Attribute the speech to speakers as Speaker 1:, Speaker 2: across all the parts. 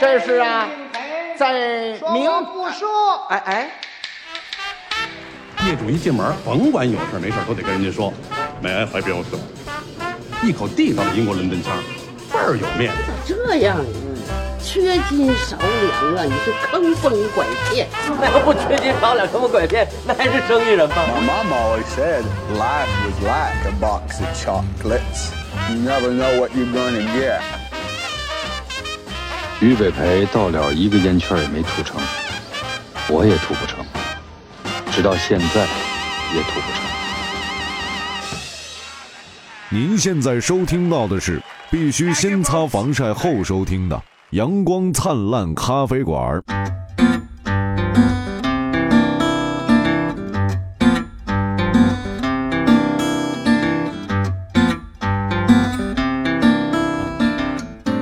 Speaker 1: 这是啊，
Speaker 2: 哎
Speaker 1: 在
Speaker 2: 说
Speaker 1: 明
Speaker 2: 我不说，
Speaker 1: 哎哎，
Speaker 3: 业主一进门，甭管有事没事都得跟人家说，没哎怀表示，一口地道的英国伦敦腔，倍儿有面。
Speaker 4: 这样啊，缺斤少两啊，你是坑蒙拐骗。
Speaker 5: 那要不缺斤少两，什么拐骗，那还是生意人吗？
Speaker 6: My mom always said life was like a box of chocolates. You never know what you're gonna get.
Speaker 7: 俞北培到了一个烟圈也没吐成，我也吐不成，直到现在也吐不成。
Speaker 8: 您现在收听到的是必须先擦防晒后收听的《阳光灿烂咖啡馆》。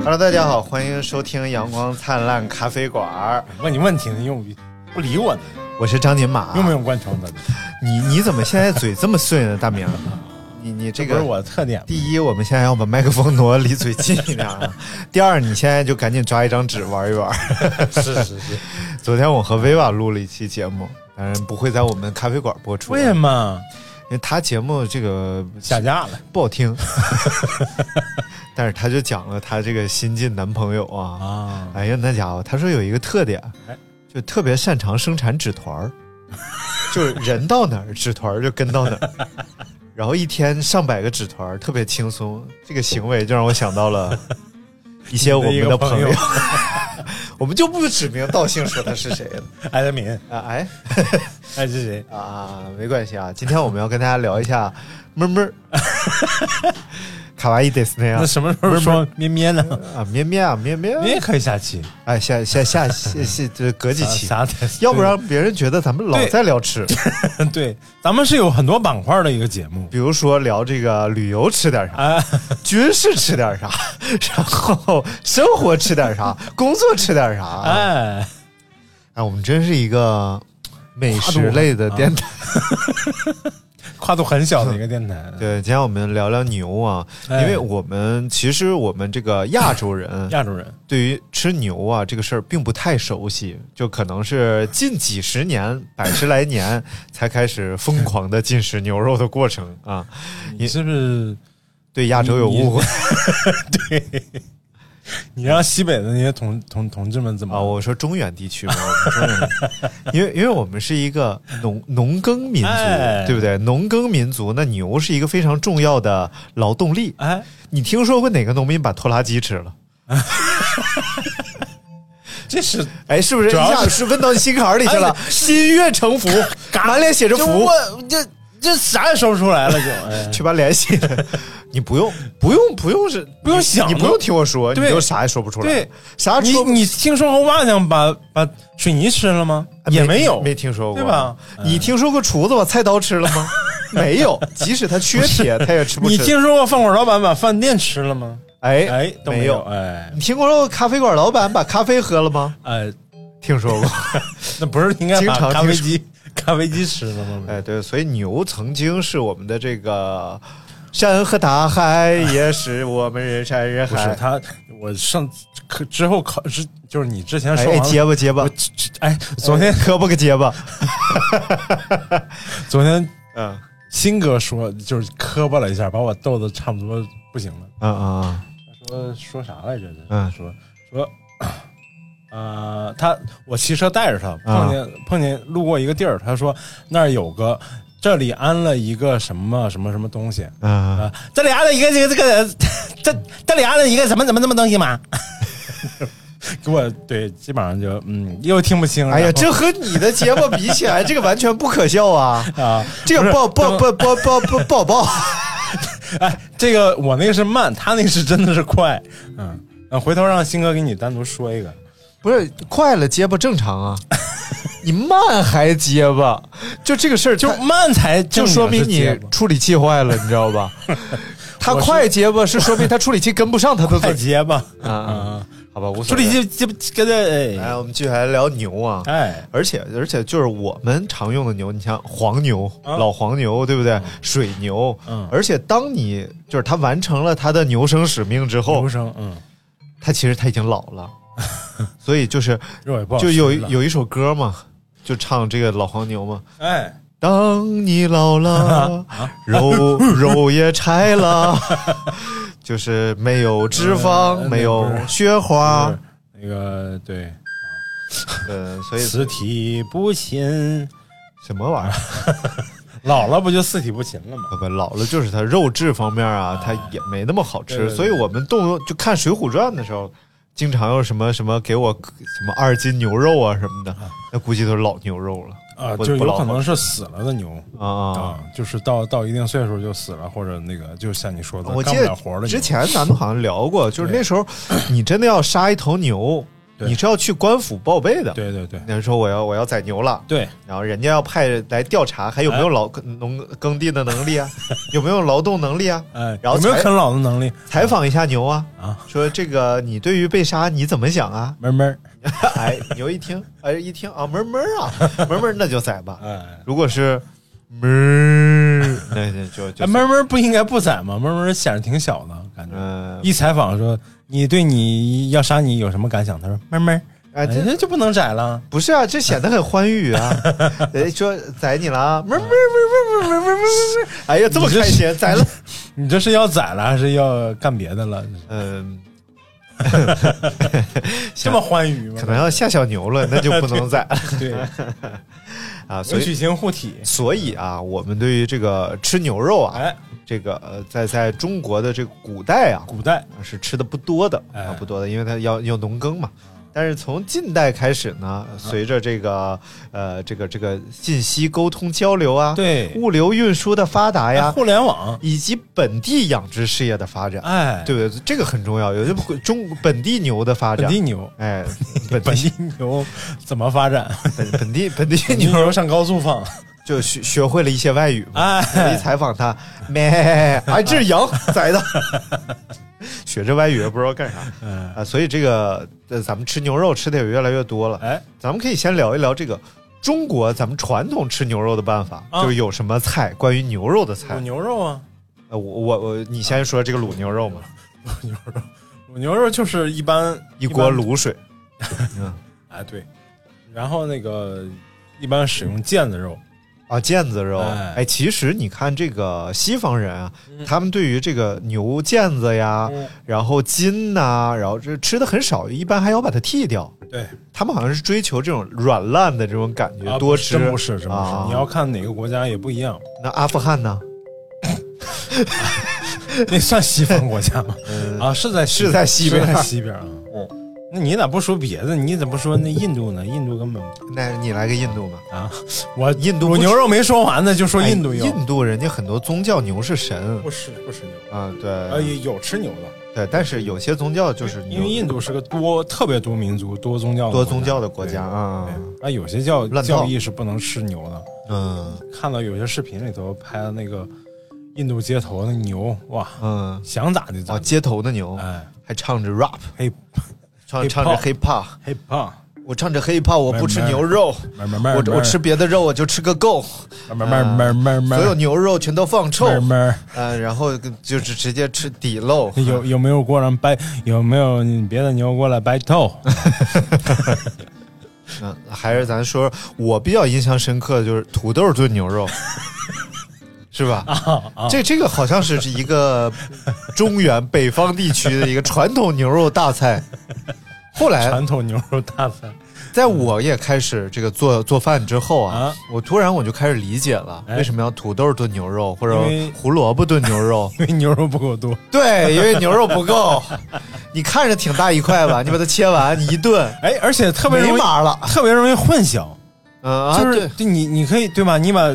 Speaker 9: Hello，大家好，欢迎收听《阳光灿烂咖啡馆》，
Speaker 10: 问你问题，你用不理我呢？
Speaker 9: 我是张金马。
Speaker 10: 用不用关窗门？
Speaker 9: 你你怎么现在嘴这么碎呢，大明？你你这
Speaker 10: 这
Speaker 9: 个
Speaker 10: 不是我的特点吗。
Speaker 9: 第一，我们现在要把麦克风挪离嘴近一点 啊。第二，你现在就赶紧抓一张纸玩一玩。
Speaker 10: 是是是，
Speaker 9: 昨天我和薇瓦录了一期节目，当然不会在我们咖啡馆播出，
Speaker 10: 为什
Speaker 9: 因
Speaker 10: 么
Speaker 9: 为他节目这个
Speaker 10: 下架了
Speaker 9: 不好听。但是他就讲了他这个新晋男朋友啊，
Speaker 10: 啊？
Speaker 9: 哎呀，那家伙，他说有一个特点
Speaker 10: 哎，
Speaker 9: 就特别擅长生产纸团儿， 就是人到哪儿纸团儿就跟到哪儿，然后一天上百个纸团儿，特别轻松。这个行为就让我想到了一些我们的朋
Speaker 10: 你的一个
Speaker 9: 我们就不指名道姓说他是谁了
Speaker 10: 艾德敏，
Speaker 9: 啊！哎
Speaker 10: 哎是谁？
Speaker 9: 啊，没关系啊，今天我们要跟大家聊一下闷闷 儿，卡哇伊得斯那样
Speaker 10: 那什么时候说咩咩呢？
Speaker 9: 啊，咩咩啊，咩咩啊，
Speaker 10: 你也可以下棋，
Speaker 9: 哎，下下 下下下，这隔几期。
Speaker 10: 啥的？
Speaker 9: 要不然别人觉得咱们老在聊吃，
Speaker 10: 对 对，咱们是有很多板块的一个节目
Speaker 9: 比如说聊这个旅游吃点啥，
Speaker 10: 啊。
Speaker 9: 军事吃点啥，然后生活吃点啥，工作吃点啥。哎，
Speaker 10: 哎，
Speaker 9: 我们真是一个美食
Speaker 10: 啊
Speaker 9: 类的电台。
Speaker 10: 跨度很小的一个电台。
Speaker 9: 对，今天我们聊聊牛啊，因
Speaker 10: 哎
Speaker 9: 为我们其实我们这个亚洲人
Speaker 10: 亚洲人
Speaker 9: 对于吃牛啊这个事儿并不太熟悉，就可能是近几十年、百十来 年才开始疯狂的进食牛肉的过程啊。
Speaker 10: 你是不是
Speaker 9: 对亚洲有误会。
Speaker 10: 你让西北的那些同同同志们怎么
Speaker 9: 啊，我说中原地区嘛，我们中原地区因为因为我们是一个农农耕民族，
Speaker 10: 哎
Speaker 9: 对不对？农耕民族，那牛是一个非常重要的劳动力。
Speaker 10: 哎
Speaker 9: 你听说过哪个农民把拖拉机吃了？
Speaker 10: 这是
Speaker 9: 哎，是不是一
Speaker 10: 主要
Speaker 9: 下
Speaker 10: 是哎
Speaker 9: 是问到你心坎儿里去了？心悦诚服，满脸写着
Speaker 10: 这
Speaker 9: 服，
Speaker 10: 我这这啥也说不出来了就哎。
Speaker 9: 去把脸写的。你不用，不用，不用是，
Speaker 10: 不用想
Speaker 9: 你不用听我说，你
Speaker 10: 对
Speaker 9: 就啥也说不出来。
Speaker 10: 对，
Speaker 9: 啥
Speaker 10: 你
Speaker 9: 说
Speaker 10: 你听说过蛙匠把把水泥吃了吗？
Speaker 9: 哎
Speaker 10: 也啊没有，
Speaker 9: 没听说过，
Speaker 10: 对吧？
Speaker 9: 你听说过厨子把菜刀吃了 吗？没有，即使他缺铁，他也吃不
Speaker 10: 你
Speaker 9: 吃。
Speaker 10: 听说过饭馆老板把饭店吃了吗？
Speaker 9: 哎
Speaker 10: 哎，都
Speaker 9: 没
Speaker 10: 有，
Speaker 9: 有。
Speaker 10: 哎
Speaker 9: 你听过咖啡馆老板把咖啡喝了吗？
Speaker 10: 哎，
Speaker 9: 听说过。
Speaker 10: 那不是应该
Speaker 9: 经常
Speaker 10: 把
Speaker 9: 听
Speaker 10: 咖啡
Speaker 9: 说
Speaker 10: 机咖啡机吃了吗？
Speaker 9: 哎，对，所以牛曾经是我们的这个山和大海，也是我们人山人
Speaker 10: 不是
Speaker 9: 海。
Speaker 10: 他，我上可之后考是就是你之前说
Speaker 9: 哎，
Speaker 10: 完了
Speaker 9: 结巴结巴
Speaker 10: 我，哎，昨天
Speaker 9: 磕巴个结巴。
Speaker 10: 昨天
Speaker 9: 嗯
Speaker 10: 新哥说就是磕巴了一下，把我逗的差不多不行了。
Speaker 9: 嗯嗯
Speaker 10: 说说啥来着？这是
Speaker 9: 嗯
Speaker 10: 说说，呃，他我骑车带着他，
Speaker 9: 啊
Speaker 10: 碰见、碰见路过一个地儿，他说那儿有个，这里安了一个什么什么什么东西啊、
Speaker 9: 嗯嗯，
Speaker 10: 这里安了一个这个这个这这里安了一个什么什么什么东西吗？ 给我对，基本上就嗯，又听不清。
Speaker 9: 哎
Speaker 10: 然
Speaker 9: 呀，
Speaker 10: 后
Speaker 9: 这和你的结巴比起来，这个完全不可笑 啊！
Speaker 10: 啊，
Speaker 9: 这个
Speaker 10: 不是
Speaker 9: 抱抱抱抱抱抱抱抱。
Speaker 10: 哎，这个我那个是慢，他那个是真的是快，嗯。啊，回头让新哥给你单独说一个，
Speaker 9: 不是快了结巴正常 啊，你慢还结巴，就这个事儿
Speaker 10: 就
Speaker 9: 它
Speaker 10: 慢才
Speaker 9: 就
Speaker 10: 证
Speaker 9: 说明
Speaker 10: 是
Speaker 9: 你
Speaker 10: 结巴
Speaker 9: 处理器坏了，你知道吧？ 他
Speaker 10: 我是
Speaker 9: 快结巴是说明他处理器跟不上他的
Speaker 10: 快
Speaker 9: 嘴
Speaker 10: 结巴
Speaker 9: 啊啊，好吧，无
Speaker 10: 处理。器这这这
Speaker 9: 来，
Speaker 10: 哎
Speaker 9: 我们继续来聊牛啊，
Speaker 10: 哎，
Speaker 9: 而且而且就是我们常用的牛，你像黄牛、
Speaker 10: 啊
Speaker 9: 老黄牛，对不对？水牛，
Speaker 10: 嗯
Speaker 9: 而且当你就是它完成了它的牛生使命之后
Speaker 10: 无，声，嗯，
Speaker 9: 它其实它已经老了。所以就是
Speaker 10: 肉也不好吃
Speaker 9: 就
Speaker 10: 了
Speaker 9: 有一有一首歌嘛，就唱这个老黄牛嘛。
Speaker 10: 哎，
Speaker 9: 当你 老了，
Speaker 10: 啊
Speaker 9: 肉肉也柴了，就是没有脂肪，
Speaker 10: 呃
Speaker 9: 没有
Speaker 10: 那不是
Speaker 9: 雪花
Speaker 10: 是，那个对，
Speaker 9: 呃，所以
Speaker 10: 四体不勤，
Speaker 9: 什么玩意儿？
Speaker 10: 老了不就四体不勤了吗？
Speaker 9: 不不，老了就是它肉质方面啊，它也没那么好吃，
Speaker 10: 对对对
Speaker 9: 所以我们动用就看《水浒传》的时候，经常有什么什么给我什么二斤牛肉啊什么的，那估计都是老牛肉了
Speaker 10: 啊，
Speaker 9: 不
Speaker 10: 就
Speaker 9: 不
Speaker 10: 有
Speaker 9: 老
Speaker 10: 可能
Speaker 9: 好
Speaker 10: 是死了的牛
Speaker 9: 啊。
Speaker 10: 啊，就是到到一定岁数就死了，或者那个就像你说的，
Speaker 9: 我
Speaker 10: 干
Speaker 9: 记
Speaker 10: 不了活了牛。
Speaker 9: 得之前咱们好像聊过，就是那 时候你真的要杀一头牛，
Speaker 10: 对
Speaker 9: 你是要去官府报备的。
Speaker 10: 对对对
Speaker 9: 那时候我要我要宰牛了，
Speaker 10: 对，哎
Speaker 9: 然后人家要派来调查还有没有劳农耕地的能 力啊，有没有劳动能力啊，
Speaker 10: 哎，
Speaker 9: 然后
Speaker 10: 有没有
Speaker 9: 才
Speaker 10: 啃老的能力？
Speaker 9: 采访一下牛啊，
Speaker 10: 啊，
Speaker 9: 说这个你对于被杀你怎么想 啊？
Speaker 10: 闷闷儿，
Speaker 9: 哎，牛一听，哎一听啊，门门 啊，门门那就宰吧。
Speaker 10: 哎，
Speaker 9: 如果是门，那 那就就
Speaker 10: 哎闷闷儿不应该不宰吗？闷闷儿显着挺小的感觉。
Speaker 9: 嗯，
Speaker 10: 一采访说你对你要杀你有什么感想？他说闷闷儿，
Speaker 9: 哎这
Speaker 10: 这就不能宰了。
Speaker 9: 不是啊，这显得很欢 愉啊。哎，说宰你了啊，门门门门门门门门，哎呀，这么开心，宰了。
Speaker 10: 你这是要宰了还是要干别的了？
Speaker 9: 嗯，
Speaker 10: 这么欢愉吗？
Speaker 9: 可能要下小牛了，那就不能宰 了
Speaker 10: 对，
Speaker 9: 啊。所
Speaker 10: 有
Speaker 9: 以
Speaker 10: 取经护体。
Speaker 9: 所以啊，我们对于这个吃牛肉啊，
Speaker 10: 哎，
Speaker 9: 这个呃，在在中国的这个古代啊，
Speaker 10: 古代
Speaker 9: 是吃的不多的
Speaker 10: 哎
Speaker 9: 啊，不多的，因为它要要农耕嘛。但是从近代开始
Speaker 10: 啊
Speaker 9: 呢，随着这个呃这个这个信息沟通交流啊，
Speaker 10: 对
Speaker 9: 物流运输的发达
Speaker 10: 哎
Speaker 9: 呀，
Speaker 10: 互联网，
Speaker 9: 以及本地养殖事业的发展，
Speaker 10: 哎，
Speaker 9: 对不对？这个很重要，有些中本地牛的发
Speaker 10: 本
Speaker 9: 展
Speaker 10: 地，牛，
Speaker 9: 哎，本
Speaker 10: 本
Speaker 9: 地
Speaker 10: 地牛怎么发 展？
Speaker 9: 本本地本地
Speaker 10: 牛
Speaker 9: 牛
Speaker 10: 牛上高速 放，
Speaker 9: 就学学会了一些外语嘛。一
Speaker 10: 哎，
Speaker 9: 采访 他，咩？哎，这是 羊宰的，学这外语也不知道干啥
Speaker 10: 嗯
Speaker 9: 啊！所以这个，呃咱们吃牛肉吃的也越来越多了。
Speaker 10: 哎，
Speaker 9: 咱们可以先聊一聊这个中国咱们传统吃牛肉的办法，
Speaker 10: 啊
Speaker 9: 就是有什么菜关于牛肉的菜
Speaker 10: 卤。牛肉啊，
Speaker 9: 呃我我我，你先说这个卤牛肉嘛，
Speaker 10: 卤牛肉，卤牛肉就是一般
Speaker 9: 一锅，
Speaker 10: 般
Speaker 9: 卤水，
Speaker 10: 哎对，然后那个一般使用腱子肉，
Speaker 9: 啊，腱子肉。
Speaker 10: 哎
Speaker 9: 哎，其实你看这个西方人啊，他们对于这个牛腱子呀，
Speaker 10: 嗯
Speaker 9: 然后筋呐、然后这吃的很少，一般还要把它剃掉。
Speaker 10: 对，
Speaker 9: 他们好像是追求这种软烂的这种感觉，
Speaker 10: 啊
Speaker 9: 多吃。
Speaker 10: 真不是真不
Speaker 9: 啊
Speaker 10: 是，你要看哪个国家也不一样，
Speaker 9: 那阿富汗呢？
Speaker 10: 那算西方国家 吗？啊，是在
Speaker 9: 是在西边
Speaker 10: 是在西边啊。那你咋不说别的？你怎么不说那印度呢？印度根本
Speaker 9: 那你来个印度吧。
Speaker 10: 啊，我
Speaker 9: 印度不
Speaker 10: 卤
Speaker 9: 吃
Speaker 10: 牛肉没说完呢，就说印度
Speaker 9: 哎
Speaker 10: 有，
Speaker 9: 印度人家很多宗教牛是神
Speaker 10: 不吃不吃牛，
Speaker 9: 啊，
Speaker 10: 呃，
Speaker 9: 对
Speaker 10: 也有吃牛的，
Speaker 9: 对，但是有些宗教就是
Speaker 10: 因为
Speaker 9: 牛
Speaker 10: 印度是个多特别多民族、多宗教的
Speaker 9: 多宗教的国家啊
Speaker 10: 对。，对啊，有些教
Speaker 9: 乱套
Speaker 10: 教义是不能吃牛的。
Speaker 9: 嗯
Speaker 10: 看到有些视频里头拍的那个印度街头那牛，哇，
Speaker 9: 嗯，
Speaker 10: 想咋地咋
Speaker 9: 啊，
Speaker 10: 地，
Speaker 9: 街头的牛
Speaker 10: 哎，
Speaker 9: 还唱着 rap，
Speaker 10: 嘿
Speaker 9: 唱唱着 hip hop，
Speaker 10: 嘿胖，
Speaker 9: 我唱着 hip hop，我不吃
Speaker 10: 慢慢
Speaker 9: 牛肉，
Speaker 10: 慢慢慢，
Speaker 9: 我我吃别的肉我就吃个够，啊
Speaker 10: 慢慢慢慢慢慢，
Speaker 9: 所有牛肉全都放臭，
Speaker 10: 慢慢。
Speaker 9: 嗯，然后就是直接吃底漏。
Speaker 10: 有有没有过来掰？有没有你别的牛过来掰透？
Speaker 9: 嗯，还是咱说，我比较印象深刻的就是土豆炖牛肉， 是吧？
Speaker 10: 啊
Speaker 9: 这这个好像是一个中原北方地区的一个传统牛肉大菜。后来
Speaker 10: 传，统牛肉大餐，
Speaker 9: 在我也开始这个做做饭之后啊，
Speaker 10: 啊
Speaker 9: 我突然我就开始理解了
Speaker 10: 哎
Speaker 9: 为什么要土豆炖牛肉或者
Speaker 10: 因为
Speaker 9: 胡萝卜炖牛肉。
Speaker 10: 因为牛肉不够多。
Speaker 9: 对，因为牛肉不够，你看着挺大一块吧，你把它切完，你一炖，
Speaker 10: 哎，而且特别
Speaker 9: 没
Speaker 10: 容易，
Speaker 9: 码了。
Speaker 10: 特别容易混淆，
Speaker 9: 嗯，啊
Speaker 10: 就是
Speaker 9: 对
Speaker 10: 对你你可以对吧？你把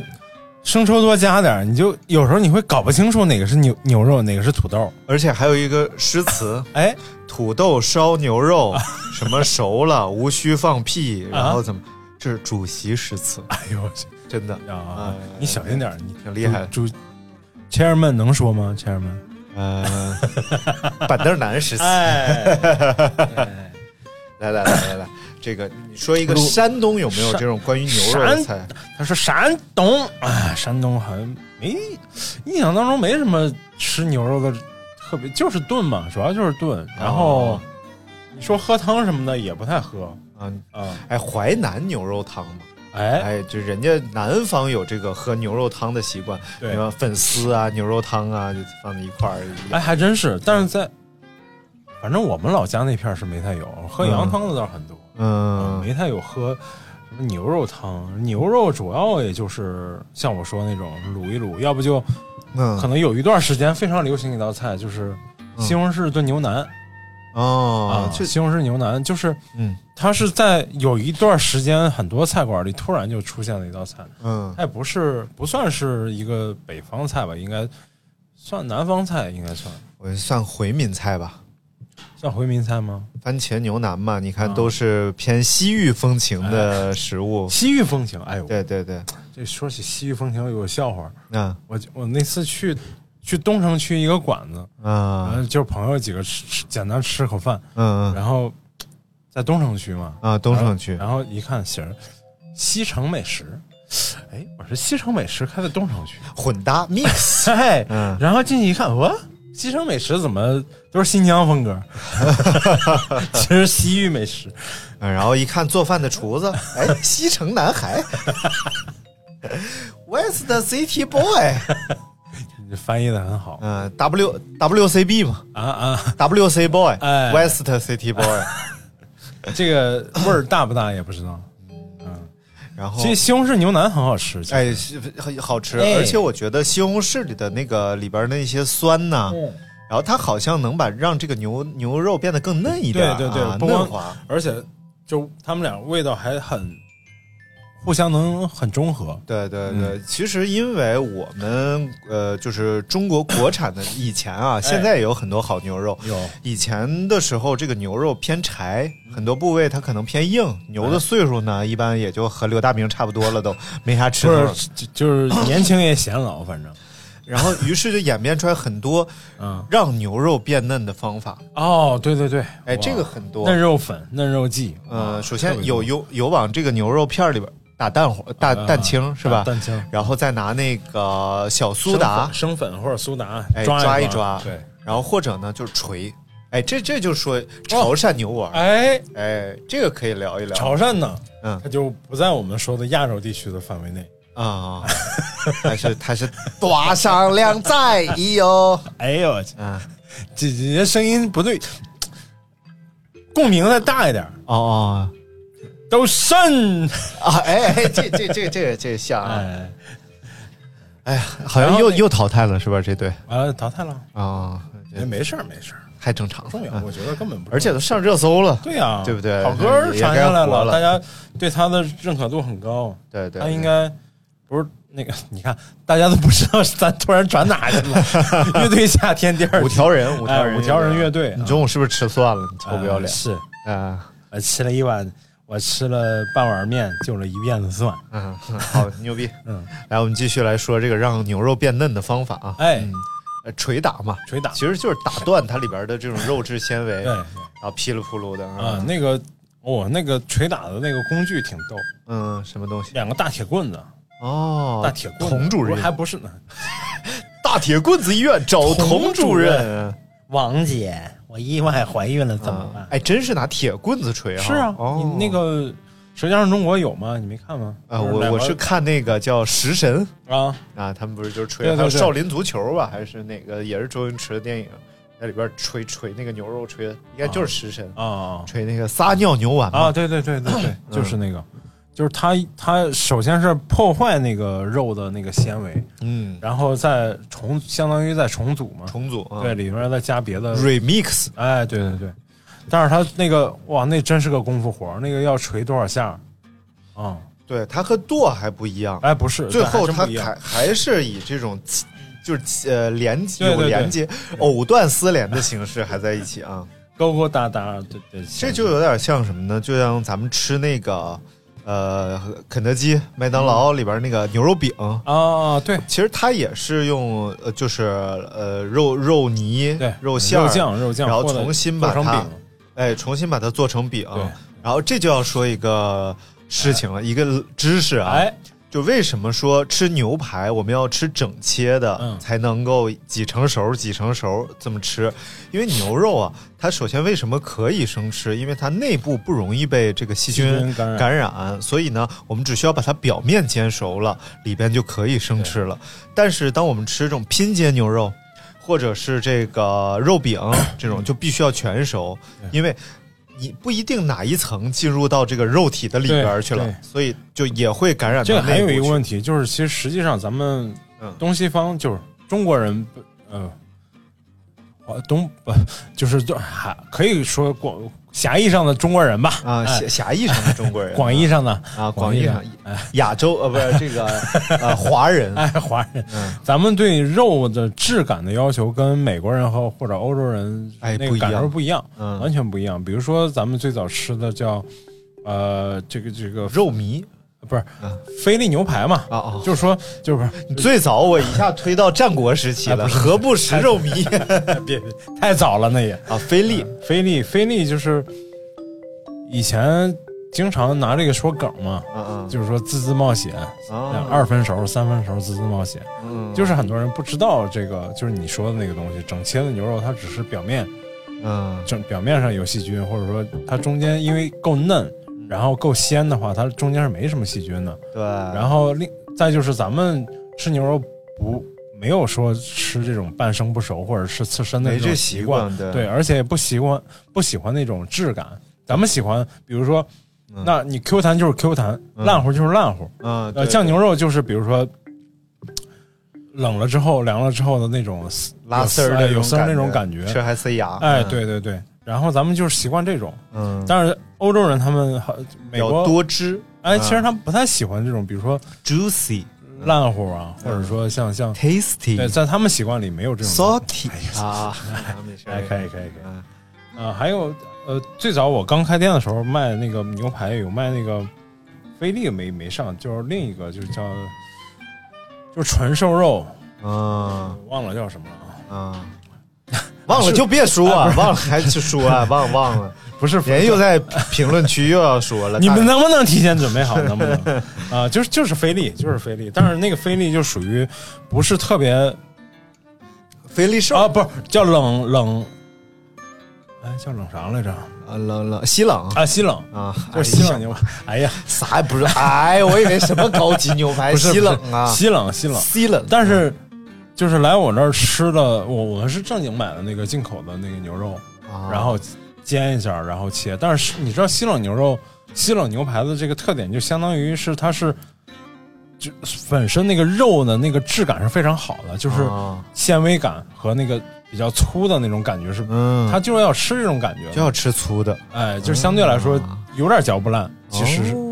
Speaker 10: 生抽多加点儿，你就有时候你会搞不清楚哪个是牛牛肉，哪个是土豆。
Speaker 9: 而且还有一个诗词，
Speaker 10: 哎，
Speaker 9: 土豆烧牛肉，什么熟了无需放屁，然后怎么？这是主席诗词，
Speaker 10: 哎呦我去
Speaker 9: 真的
Speaker 10: 啊！你小心点儿，你
Speaker 9: 挺哎厉害的。
Speaker 10: 主主 chairman 能说吗？chairman，
Speaker 9: 嗯，板凳男诗词，
Speaker 10: 哎，
Speaker 9: 来来来来来，这个你说一个
Speaker 10: 鲁
Speaker 9: 山东有没有这种关于牛肉的菜？
Speaker 10: 他说山东啊，山东好像没印象当中没什么吃牛肉的，特别就是炖嘛，主要就是炖，然后
Speaker 9: 哦
Speaker 10: 你说喝汤什么的也不太喝
Speaker 9: 啊。
Speaker 10: 啊。
Speaker 9: 哎，淮南牛肉汤嘛，
Speaker 10: 哎，
Speaker 9: 哎，就人家南方有这个喝牛肉汤的习惯，
Speaker 10: 对
Speaker 9: 你看粉丝啊、牛肉汤啊，就放在一块儿。
Speaker 10: 哎，还真是，但是在反正我们老家那片儿是没太有，喝羊汤的倒是很多，
Speaker 9: 嗯，
Speaker 10: 没太有喝什么牛肉汤。牛肉主要也就是像我说那种卤一卤，要不就
Speaker 9: 嗯，
Speaker 10: 可能有一段时间非常流行一道菜，就是西红柿炖牛腩、
Speaker 9: 哦
Speaker 10: 啊，，
Speaker 9: 这
Speaker 10: 西红柿牛腩就是
Speaker 9: 嗯
Speaker 10: 它是在有一段时间很多菜馆里突然就出现了一道菜，
Speaker 9: 嗯
Speaker 10: 它也不是不算是一个北方菜吧，应该算南方菜，应该算
Speaker 9: 我算回民菜吧，
Speaker 10: 算回民菜吗？
Speaker 9: 番茄牛腩
Speaker 10: 嗯
Speaker 9: 嘛，你看都是偏西域风情的食物。
Speaker 10: 哎西域风情，哎呦，
Speaker 9: 哦对对啊对，
Speaker 10: 这说起西域风情有个笑话，
Speaker 9: 那
Speaker 10: 我我那次去去东城区一个馆子，然
Speaker 9: 啊
Speaker 10: 后就是朋友几个吃吃简单吃口饭，
Speaker 9: 嗯嗯
Speaker 10: 然后在东城区嘛，
Speaker 9: 啊，东城区
Speaker 10: 然后一看写着西城美食，哎，我说西城美食开在东城区，
Speaker 9: 混搭 mix，
Speaker 10: 哎，
Speaker 9: 嗯
Speaker 10: 然后进去一看，哇，西城美食怎么都是新疆风格？ 其实西域美食，
Speaker 9: 嗯然后一看做饭的厨 子，哎，西城男孩，West City Boy，
Speaker 10: 你翻译的很好
Speaker 9: 嗯，W WCB 嘛
Speaker 10: 啊啊，
Speaker 9: ，WC
Speaker 10: 哎
Speaker 9: Boy，West City Boy，
Speaker 10: 这个味儿大不大也不知道。
Speaker 9: 然后
Speaker 10: 其实西红柿牛腩很好吃，其实
Speaker 9: 哎，是很好吃，
Speaker 10: 哎
Speaker 9: 而且我觉得西红柿里的那个里边那些酸呐、
Speaker 10: 嗯
Speaker 9: 然后它好像能把让这个牛牛肉变得更嫩一点
Speaker 10: 对
Speaker 9: 儿，
Speaker 10: 对
Speaker 9: 啊
Speaker 10: 对，不光
Speaker 9: 嫩滑，
Speaker 10: 而且就他们俩味道还很互相能很中和。
Speaker 9: 对对
Speaker 10: 嗯
Speaker 9: 对。其实因为我们呃，就是中国国产的以前啊，现在也有很多好牛肉。
Speaker 10: 哎有
Speaker 9: 以前的时候，这个牛肉偏柴，很多部位它可能偏硬。牛
Speaker 10: 哎
Speaker 9: 的岁数呢，一般也就和刘大明差不多了，都没啥吃
Speaker 10: 不
Speaker 9: 头了。
Speaker 10: 是就就是年轻也显老，反正
Speaker 9: 然后，于是就演变出来很多
Speaker 10: 嗯
Speaker 9: 让牛肉变嫩的方法。
Speaker 10: 哦，对对对，
Speaker 9: 哎，
Speaker 10: 哇
Speaker 9: 这个很多。
Speaker 10: 嫩肉粉、嫩肉剂，啊
Speaker 9: 呃，首
Speaker 10: 特
Speaker 9: 先
Speaker 10: 别多
Speaker 9: 有有有往这个牛肉片儿里边打蛋黄、大
Speaker 10: 啊
Speaker 9: 蛋清是吧？
Speaker 10: 打蛋清
Speaker 9: 然后再拿那个小苏打，
Speaker 10: 生粉生粉或者苏打
Speaker 9: 哎，
Speaker 10: 抓
Speaker 9: 抓一
Speaker 10: 抓
Speaker 9: 抓，，
Speaker 10: 对，
Speaker 9: 然后或者呢就是锤，哎，这这就说潮汕牛丸儿，
Speaker 10: 哎，
Speaker 9: 哎，这个可以聊一聊。
Speaker 10: 潮汕呢，
Speaker 9: 嗯
Speaker 10: 它就不在我们说的亚洲地区的范围内。
Speaker 9: 啊， 还是还是大上靓仔 哟，
Speaker 10: 哎呦我去，
Speaker 9: 嗯，
Speaker 10: 这这这声音不对，共鸣再大一点儿，
Speaker 9: 哦哦
Speaker 10: 都肾，
Speaker 9: 啊，哎哎，这这这这这个像啊，
Speaker 10: 哎，
Speaker 9: 哎呀，好像又又淘汰了是吧？这队
Speaker 10: 完了淘汰了，
Speaker 9: 啊，
Speaker 10: 哎，没事儿没事儿，
Speaker 9: 太正常
Speaker 10: 不重
Speaker 9: 了
Speaker 10: 要，
Speaker 9: 啊，
Speaker 10: 我觉得根本不重要，
Speaker 9: 而且都上热搜了。
Speaker 10: 对呀，
Speaker 9: 对不对
Speaker 10: 好歌儿
Speaker 9: 也
Speaker 10: 传下来
Speaker 9: 该火了
Speaker 10: 大家对他的认可度很高，
Speaker 9: 对对，
Speaker 10: 他
Speaker 9: 对
Speaker 10: 应该不是那个， 你看大家都不知道咱突然转哪去 了，乐队夏天第二
Speaker 9: 五
Speaker 10: 季
Speaker 9: 条人，五条人，
Speaker 10: 哎五条人乐队
Speaker 9: 你中午是不是吃蒜了？你臭
Speaker 10: 啊
Speaker 9: 不要脸
Speaker 10: 是
Speaker 9: 啊！
Speaker 10: 我吃呃了一碗，我吃了半碗面，就了一辫子蒜。
Speaker 9: 嗯， 好牛逼。
Speaker 10: 嗯，
Speaker 9: 来，我们继续来说这个让牛肉变嫩的方法啊。
Speaker 10: 哎
Speaker 9: 嗯，呃捶打嘛，
Speaker 10: 捶打
Speaker 9: 其实就是打断它里边的这种肉质纤维，
Speaker 10: 对
Speaker 9: 然
Speaker 10: 啊、
Speaker 9: 后噼里扑噜的
Speaker 10: 呃
Speaker 9: 啊，
Speaker 10: 那个我、那个捶打的那个工具挺逗，
Speaker 9: 嗯，什么东西？
Speaker 10: 两个大铁棍子，
Speaker 9: 哦，
Speaker 10: 大铁棍子
Speaker 9: 佟主
Speaker 10: 不
Speaker 9: 任
Speaker 10: 是，还不是呢。
Speaker 9: 大铁棍子医院找佟主任。
Speaker 10: 王姐，我意外怀孕了，怎
Speaker 9: 啊哎，真是拿铁棍子捶啊！
Speaker 10: 是啊，
Speaker 9: 哦
Speaker 10: 你那个《舌尖上中国》有吗？你没看吗？
Speaker 9: 啊，
Speaker 10: 就是
Speaker 9: 我
Speaker 10: 两
Speaker 9: 我
Speaker 10: 个
Speaker 9: 是看那个叫《食神》。
Speaker 10: 啊，
Speaker 9: 啊，他们不是就是吹，
Speaker 10: 对对
Speaker 9: 还有
Speaker 10: 对
Speaker 9: 少林足球吧，还是哪个也是周星驰的电影，在里边吹吹那个牛肉吹的，应该就是食神，
Speaker 10: 啊
Speaker 9: 吹那个撒尿牛丸嘛
Speaker 10: 啊！，对对对对
Speaker 9: 嗯
Speaker 10: 对，就是那个，就是它它首先是破坏那个肉的那个纤维，
Speaker 9: 嗯，
Speaker 10: 然后再重相当于再重组嘛，
Speaker 9: 重组嗯啊，
Speaker 10: 对，里面再加别的，
Speaker 9: ，remix
Speaker 10: 哎，对对对，但是它那个哇，那真是个功夫活儿，那个要锤多少下儿啊？
Speaker 9: 对，它和剁还不一样，
Speaker 10: 哎，不是，
Speaker 9: 最后
Speaker 10: 但还真
Speaker 9: 它
Speaker 10: 不一样
Speaker 9: 还还是以这种就是呃连
Speaker 10: 对对
Speaker 9: 有
Speaker 10: 对
Speaker 9: 连接藕断丝连的形式还在一起啊，
Speaker 10: 勾勾搭搭，对对，
Speaker 9: 这就有点像什么呢？就像咱们吃那个呃肯德基、麦当劳
Speaker 10: 嗯
Speaker 9: 里边那个牛肉饼，
Speaker 10: 啊，对
Speaker 9: 其实它也是用呃，就是呃肉肉泥、
Speaker 10: 对，
Speaker 9: 肉馅儿
Speaker 10: 肉酱肉酱，
Speaker 9: 然后
Speaker 10: 或者
Speaker 9: 重新
Speaker 10: 做
Speaker 9: 把
Speaker 10: 成
Speaker 9: 它
Speaker 10: 饼，
Speaker 9: 哎重新把它做成饼
Speaker 10: 对。
Speaker 9: 然后这就要说一个事情了，一个知识啊，
Speaker 10: 哎，
Speaker 9: 就为什么说吃牛排我们要吃整切的，
Speaker 10: 嗯
Speaker 9: 才能够几成熟几成熟这么吃？因为牛肉啊，它首先为什么可以生吃？因为它内部不容易被这个细
Speaker 10: 细
Speaker 9: 菌
Speaker 10: 菌感染
Speaker 9: 染所以呢，我们只需要把它表面煎熟了，里边就可以生吃了。但是当我们吃这种拼接牛肉，或者是这个 肉饼这种，就必须要全熟，因为你不一定哪一层进入到这个肉体的里边儿去了
Speaker 10: 对，
Speaker 9: 所以就也会感染
Speaker 10: 这
Speaker 9: 到
Speaker 10: 个还
Speaker 9: 内部
Speaker 10: 有一
Speaker 9: 去。
Speaker 10: 个问题，就是其实实际上咱们
Speaker 9: 嗯
Speaker 10: 东西方就是中国人，嗯、呃，东不就是就还可以说广狭义上的中国人吧，
Speaker 9: 啊，
Speaker 10: 哎
Speaker 9: 狭狭义上的中国人，
Speaker 10: 广义上的
Speaker 9: 啊，
Speaker 10: 广
Speaker 9: 广义上亚洲呃，不是这个呃华 人，
Speaker 10: 哎华人，
Speaker 9: 嗯
Speaker 10: 咱们对肉的质感的要求跟美国人和 或者欧洲人
Speaker 9: 哎
Speaker 10: 那
Speaker 9: 不
Speaker 10: 个
Speaker 9: 一样
Speaker 10: 感受不一样，
Speaker 9: 嗯
Speaker 10: 完全不一样。比如说咱们最早吃的叫呃这个这个
Speaker 9: 肉迷
Speaker 10: 不是
Speaker 9: 啊
Speaker 10: 菲力牛排嘛，
Speaker 9: 啊啊，
Speaker 10: 就是说就是
Speaker 9: 最早我一下推到战国时期
Speaker 10: 哎
Speaker 9: 了，
Speaker 10: 不是
Speaker 9: 何不食肉迷
Speaker 10: 别别太早了那也。
Speaker 9: 啊，菲力
Speaker 10: 菲力，菲力就是以前经常拿这个说梗嘛，
Speaker 9: 啊
Speaker 10: 就是说字字冒险，
Speaker 9: 啊啊，
Speaker 10: 二分熟、三分熟，字字冒险，
Speaker 9: 嗯
Speaker 10: 就是很多人不知道这个，就是你说的那个东西，整切的牛肉它只是表面
Speaker 9: 嗯
Speaker 10: 整表面上有细菌，或者说它中间因为够嫩，
Speaker 9: 嗯
Speaker 10: 然后够鲜的话，它中间是没什么细菌的。
Speaker 9: 对，
Speaker 10: 然后另再就是咱们吃牛肉不没有说吃这种半生不熟或者是刺身的
Speaker 9: 没
Speaker 10: 这
Speaker 9: 这
Speaker 10: 种
Speaker 9: 习
Speaker 10: 习
Speaker 9: 惯，对
Speaker 10: 对，而且也不喜欢不喜欢那种质感。咱们喜欢，比如说，
Speaker 9: 嗯
Speaker 10: 那你 Q 弹就是 Q 弹，
Speaker 9: 嗯
Speaker 10: 烂乎就是烂乎。
Speaker 9: 嗯
Speaker 10: 呃，
Speaker 9: 对
Speaker 10: 酱牛肉就是比如说冷了之后、凉了之后的那种
Speaker 9: 拉丝儿
Speaker 10: 有
Speaker 9: 的
Speaker 10: 哎有丝儿那种感
Speaker 9: 吃
Speaker 10: 觉。
Speaker 9: 还塞牙，
Speaker 10: 哎，
Speaker 9: 嗯
Speaker 10: 对，对对。然后咱们就是习惯这种，
Speaker 9: 嗯，
Speaker 10: 但是欧洲人他们好
Speaker 9: 比
Speaker 10: 美
Speaker 9: 较
Speaker 10: 国
Speaker 9: 多汁
Speaker 10: 哎，
Speaker 9: 嗯
Speaker 10: 其实他们不太喜欢这种，比如说
Speaker 9: ，juicy
Speaker 10: 烂乎啊，或
Speaker 9: 嗯
Speaker 10: 者说像像对，
Speaker 9: tasty
Speaker 10: 在他们习惯里没有这种哎东西。
Speaker 9: salty 啊，没事
Speaker 10: 哎，可以可以可以。
Speaker 9: 嗯
Speaker 10: 啊，还有呃，最早我刚开店的时候卖那个牛排，有卖那个菲力没没上，就是另一个就是叫就是纯瘦肉，
Speaker 9: 嗯
Speaker 10: 忘了叫什么了啊，
Speaker 9: 嗯，忘了就别说啊，忘了还去说啊，忘忘 了，
Speaker 10: 不是
Speaker 9: 人又在评论区又要说了，
Speaker 10: 你们
Speaker 9: 啊大
Speaker 10: 能不能提前准备 好？能不能？啊，就是就是菲力，就是菲力，但是那个菲力就属于不是特别
Speaker 9: 菲力瘦
Speaker 10: 啊，不是叫冷冷，哎，叫冷啥来着？
Speaker 9: 啊，冷冷西冷
Speaker 10: 啊，西冷，
Speaker 9: 啊，
Speaker 10: 就是西
Speaker 9: 哎
Speaker 10: 冷
Speaker 9: 呀
Speaker 10: 牛排。哎呀，
Speaker 9: 啥也不知道，哎，我以为什么高级牛排，
Speaker 10: 不是
Speaker 9: 西冷
Speaker 10: 不
Speaker 9: 啊
Speaker 10: 是，西冷西冷，
Speaker 9: 西冷，
Speaker 10: 但是就是来我这儿吃的，我我们是正经买的那个进口的那个牛肉，
Speaker 9: 啊
Speaker 10: 然后煎一下，然后切。但是你知道西冷牛肉、西冷牛排的这个特点，就相当于是它是就本身那个肉的那个质感是非常好的，就是
Speaker 9: 啊
Speaker 10: 纤维感和那个比较粗的那种感觉是，
Speaker 9: 嗯，
Speaker 10: 它就是要吃这种感觉
Speaker 9: 就。要吃粗的，
Speaker 10: 哎，就相对来说
Speaker 9: 嗯
Speaker 10: 有点嚼不烂，其实是。
Speaker 9: 哦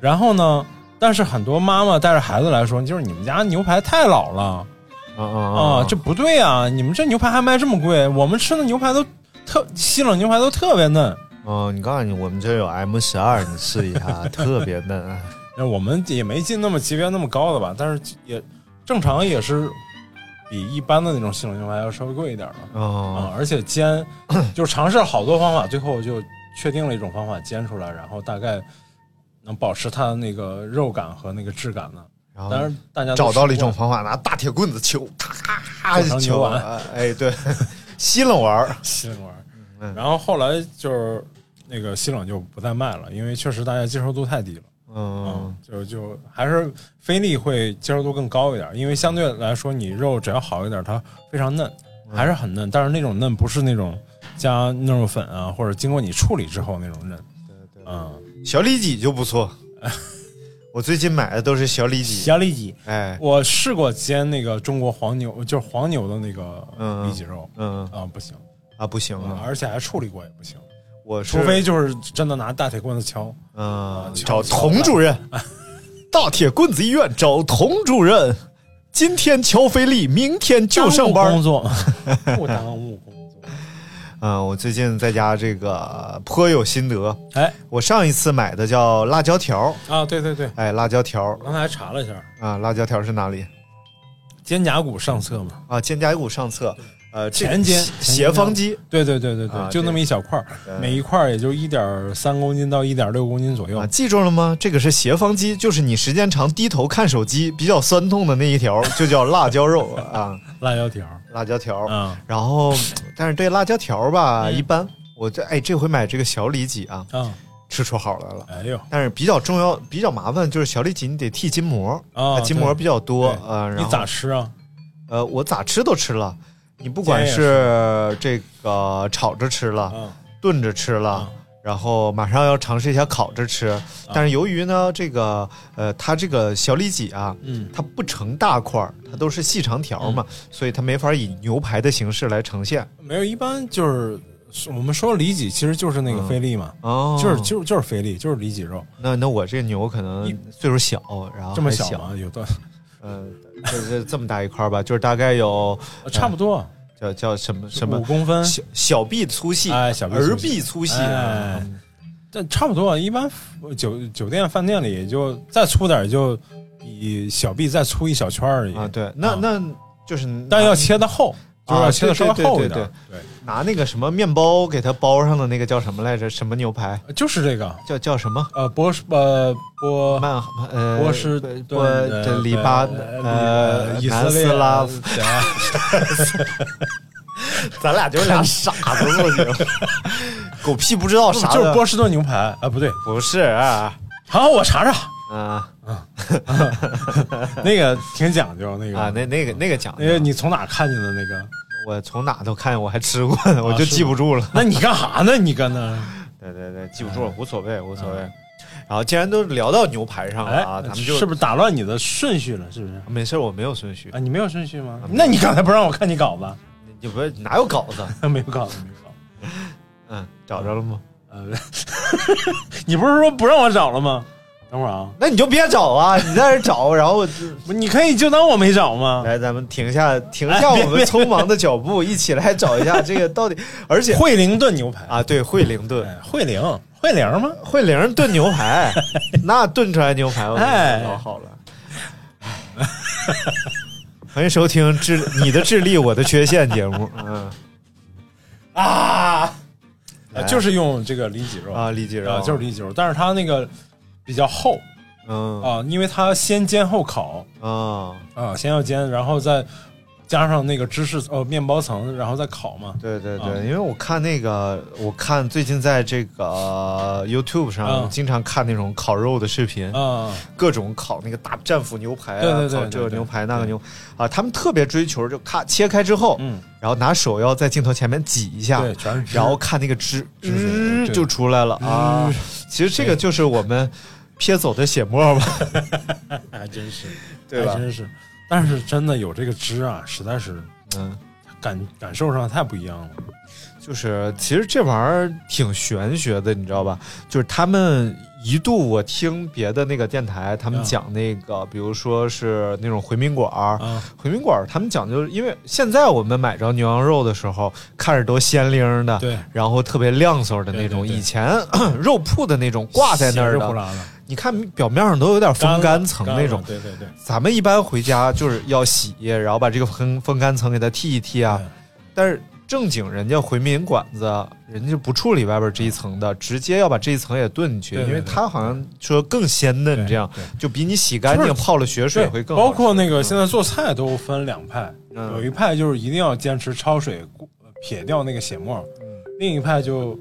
Speaker 10: 然后呢？但是很多妈妈带着孩子来说，就是你们家牛排太老了，
Speaker 9: 啊
Speaker 10: 啊
Speaker 9: 啊，
Speaker 10: 这不对啊！你们这牛排还卖这么贵？我们吃的牛排都特西冷牛排都特别嫩，
Speaker 9: 哦，你告诉你，我们这有 M 十二，你试一下， 特别嫩。啊
Speaker 10: 那我们也没进那么级别那么高的吧，但是也正常也是比一般的那种西冷牛排要稍微贵一点的啊
Speaker 9: 哦，。
Speaker 10: 而且煎就是尝试了好多方法，最后就确定了一种方法煎出来，然后大概能保持它的那个肉感和那个质感呢。
Speaker 9: 然
Speaker 10: 当
Speaker 9: 后
Speaker 10: 然，大家都
Speaker 9: 啊找到了一
Speaker 10: 吃过
Speaker 9: 种方法，拿大铁棍子敲，咔
Speaker 10: 做成
Speaker 9: 敲
Speaker 10: 牛丸
Speaker 9: 啊，哎，对， 吸冷丸儿
Speaker 10: 西冷玩
Speaker 9: 嗯
Speaker 10: 儿，然后后来就是那个西冷就不再卖了，因为确实大家接受度太低了。
Speaker 9: 嗯，
Speaker 10: 就就还是菲力会接受度更高一点，因为相对来说你肉只要好一点，它非常嫩，
Speaker 9: 嗯
Speaker 10: 还是很嫩，但是那种嫩不是那种加嫩肉粉啊，或者经过你处理之后那种嫩。
Speaker 9: 对
Speaker 10: 嗯，
Speaker 9: 小里脊就 不错。我最近买的都是小里脊，
Speaker 10: 小里脊，
Speaker 9: 哎，
Speaker 10: 我试过煎那个中国黄牛，就是黄牛的那个
Speaker 9: 嗯
Speaker 10: 里脊肉，
Speaker 9: 嗯
Speaker 10: 啊、不行，
Speaker 9: 啊，不行啊，
Speaker 10: 而且还处理过也不行，
Speaker 9: 我是
Speaker 10: 除非就是真的拿大铁棍子敲。
Speaker 9: 嗯，找
Speaker 10: 敲
Speaker 9: 童主任， 大铁棍子医院找童主任。今天敲菲力，明天就上班
Speaker 10: 耽误。工 作，不耽误工作。
Speaker 9: 嗯，我最近在家这个颇有心得。
Speaker 10: 哎，
Speaker 9: 我上一次买的叫辣椒条，
Speaker 10: 啊，对对对，
Speaker 9: 哎，辣椒条
Speaker 10: 我刚才还查了一下，
Speaker 9: 啊，辣椒条是哪里
Speaker 10: 肩胛骨上侧嘛，
Speaker 9: 啊？肩胛骨上侧，呃这个
Speaker 10: 前肩
Speaker 9: 斜
Speaker 10: 前
Speaker 9: 斜
Speaker 10: 肩
Speaker 9: 方肌
Speaker 10: 对对对对对，
Speaker 9: 啊嗯
Speaker 10: 就那么一小块儿，
Speaker 9: 对
Speaker 10: 每一块儿也就一点三公斤到一点六公斤左右
Speaker 9: 啊，。记住了吗？这个是斜方肌，就是你时间长低头看手机比较酸痛的那一条，就叫辣椒肉啊，
Speaker 10: 辣椒条儿，
Speaker 9: 辣椒条。
Speaker 10: 嗯
Speaker 9: 然后，但是对辣椒条吧，一般。我这哎，这回买这个小里脊啊，
Speaker 10: 啊，
Speaker 9: 吃出好来了。
Speaker 10: 哎呦，
Speaker 9: 但是比较重要、比较麻烦就是小里脊你得剃筋膜，
Speaker 10: 啊
Speaker 9: 它筋膜比较多
Speaker 10: 对
Speaker 9: 呃，然
Speaker 10: 你
Speaker 9: 后
Speaker 10: 咋吃啊？
Speaker 9: 呃，我咋吃都吃了，你不管
Speaker 10: 煎也
Speaker 9: 是这个炒着吃了，
Speaker 10: 啊
Speaker 9: 炖着吃了。
Speaker 10: 啊
Speaker 9: 然后马上要尝试一下烤着吃，
Speaker 10: 嗯
Speaker 9: 但是由于呢，这个呃，它这个小里脊啊，
Speaker 10: 嗯
Speaker 9: 它不成大块儿，它都是细长条嘛，所以它没法以牛排的形式来呈现。
Speaker 10: 没有，一般就是我们说里脊，其实就是那个菲力嘛，
Speaker 9: 哦，
Speaker 10: 就是就是就是菲力，就是里脊肉，
Speaker 9: 那那我这个牛可能
Speaker 10: 一
Speaker 9: 岁数小，然后
Speaker 10: 这么
Speaker 9: 还
Speaker 10: 小吗？有的
Speaker 9: 嗯，这这这么大一块儿吧，就是大概有
Speaker 10: 差不多
Speaker 9: 叫叫什么嗯什么
Speaker 10: 五公分，
Speaker 9: 小小臂粗细，
Speaker 10: 嗯哎小臂粗细
Speaker 9: 儿臂粗细，
Speaker 10: 哎
Speaker 9: 嗯
Speaker 10: 但差不多。一般酒酒店饭店里也就再粗点，也就比小臂再粗一小圈儿而已
Speaker 9: 啊，。对，那
Speaker 10: 啊
Speaker 9: 那就是，
Speaker 10: 但要切的厚，就是要切的稍微厚一
Speaker 9: 啊对对对
Speaker 10: 点。对，
Speaker 9: 拿那个什么面包给它包上的那个叫什么来着？什么牛排？
Speaker 10: 就是这个。
Speaker 9: 叫叫什么？
Speaker 10: 呃，波士呃波
Speaker 9: 曼呃
Speaker 10: 波士
Speaker 9: 波
Speaker 10: 顿呃
Speaker 9: 这黎巴呃
Speaker 10: 以
Speaker 9: 南
Speaker 10: 色列
Speaker 9: 斯拉夫，
Speaker 10: 对啊
Speaker 9: 咱俩就是俩傻子不行，狗屁不知 道啥
Speaker 10: 就是
Speaker 9: 的
Speaker 10: 波士顿牛排啊，不对，
Speaker 9: 不是啊，
Speaker 10: 好，我查查，
Speaker 9: 啊
Speaker 10: 那个挺讲究，那个
Speaker 9: 啊那那个那个讲究
Speaker 10: 那哎个你从哪看见的那个？
Speaker 9: 我从哪都看，我还吃过呢，
Speaker 10: 啊
Speaker 9: 我就记不住了。
Speaker 10: 那你干啥呢？你搁那
Speaker 9: 对对对，记不住了，无所谓，无所谓。然后既然都聊到牛排上了啊，咱
Speaker 10: 哎，
Speaker 9: 们就是
Speaker 10: 不是打乱你的顺序了？是不是？
Speaker 9: 没事，我没有顺序
Speaker 10: 啊，，你没有顺序吗
Speaker 9: 啊？没有
Speaker 10: 那你刚才不让我看你稿子？
Speaker 9: 你不是哪有稿子？
Speaker 10: 没有稿子，没有稿子。
Speaker 9: 嗯，找着了吗？
Speaker 10: 呃，你不是说不让我找了吗？等会儿啊，
Speaker 9: 那你就别找啊，你在这找，然后我
Speaker 10: 不你可以就当我没找吗？
Speaker 9: 来，咱们停下，停下我们匆忙的脚步，一起来找一下这个到底，而且
Speaker 10: 惠灵顿牛排
Speaker 9: 啊，对，惠灵顿，
Speaker 10: 哎惠灵，惠灵吗？
Speaker 9: 惠灵炖牛排，那炖出来牛排，我跟你
Speaker 10: 哎
Speaker 9: 说老好了。 欢迎收听《智你的智力我的缺陷》节目，嗯
Speaker 10: 啊，
Speaker 9: 哎
Speaker 10: 就是用这个里脊肉
Speaker 9: 啊，李继
Speaker 10: 啊
Speaker 9: 饶
Speaker 10: 就是里脊肉，但是它那个比较厚
Speaker 9: 嗯啊
Speaker 10: 啊，因为它先煎后烤啊，先要煎，然后再加上那个芝士呃面包层，然后再烤嘛。
Speaker 9: 对对对，
Speaker 10: 啊
Speaker 9: 因为我看那个，我看最近在这个呃 YouTube 上
Speaker 10: 嗯
Speaker 9: 经常看那种烤肉的视频，
Speaker 10: 啊，
Speaker 9: 各种烤那个大战斧牛排啊，
Speaker 10: 对对对
Speaker 9: 烤这个
Speaker 10: 对对
Speaker 9: 牛排那个牛啊，他们特别追求就咔切开之后，
Speaker 10: 嗯，
Speaker 9: 然后拿手要在镜头前面挤一下
Speaker 10: 对，，全是芝士
Speaker 9: 然后看那个汁，
Speaker 10: 汁水
Speaker 9: 嗯
Speaker 10: 对
Speaker 9: 就出来了
Speaker 10: 嗯
Speaker 9: 啊。其实这个就是我们撇走的血沫吧，
Speaker 10: 还哎真是，
Speaker 9: 对吧
Speaker 10: 还真是，但是真的有这个汁啊，实在是
Speaker 9: 嗯，
Speaker 10: 感感受上太不一样了。
Speaker 9: 就是其实这玩意儿挺玄学的，你知道吧？就是他们一度我听别的那个电台，他们
Speaker 10: 嗯
Speaker 9: 讲那个，比如说是那种回民馆儿，
Speaker 10: 啊，
Speaker 9: 回民馆儿他们讲究，因为现在我们买着牛羊肉的时候，看着都鲜灵儿的，
Speaker 10: 对，
Speaker 9: 然后特别亮索的那种。
Speaker 10: 对对对
Speaker 9: 以前 肉铺的那种挂在那儿
Speaker 10: 不
Speaker 9: 的，
Speaker 10: 拉了，
Speaker 9: 你看表面上都有点风干
Speaker 10: 啊干
Speaker 9: 层
Speaker 10: 了
Speaker 9: 那种。
Speaker 10: 对对对，
Speaker 9: 咱们一般回家就是要洗，然后把这个风风干层给它剃一剃啊。
Speaker 10: 嗯
Speaker 9: 但是正经人家回民馆子，人家不处理外边这一层的，直接要把这一层也炖进去，
Speaker 10: 对对
Speaker 9: 因为它好像说更鲜嫩，这样
Speaker 10: 对
Speaker 9: 就比你洗干净
Speaker 10: 就是
Speaker 9: 泡了血水
Speaker 10: 对，
Speaker 9: 会更好吃。
Speaker 10: 包括那个
Speaker 9: 嗯
Speaker 10: 现在做菜都分两派，
Speaker 9: 嗯
Speaker 10: 有一派就是一定要坚持焯水，过撇掉那个血沫；
Speaker 9: 嗯
Speaker 10: 另一派就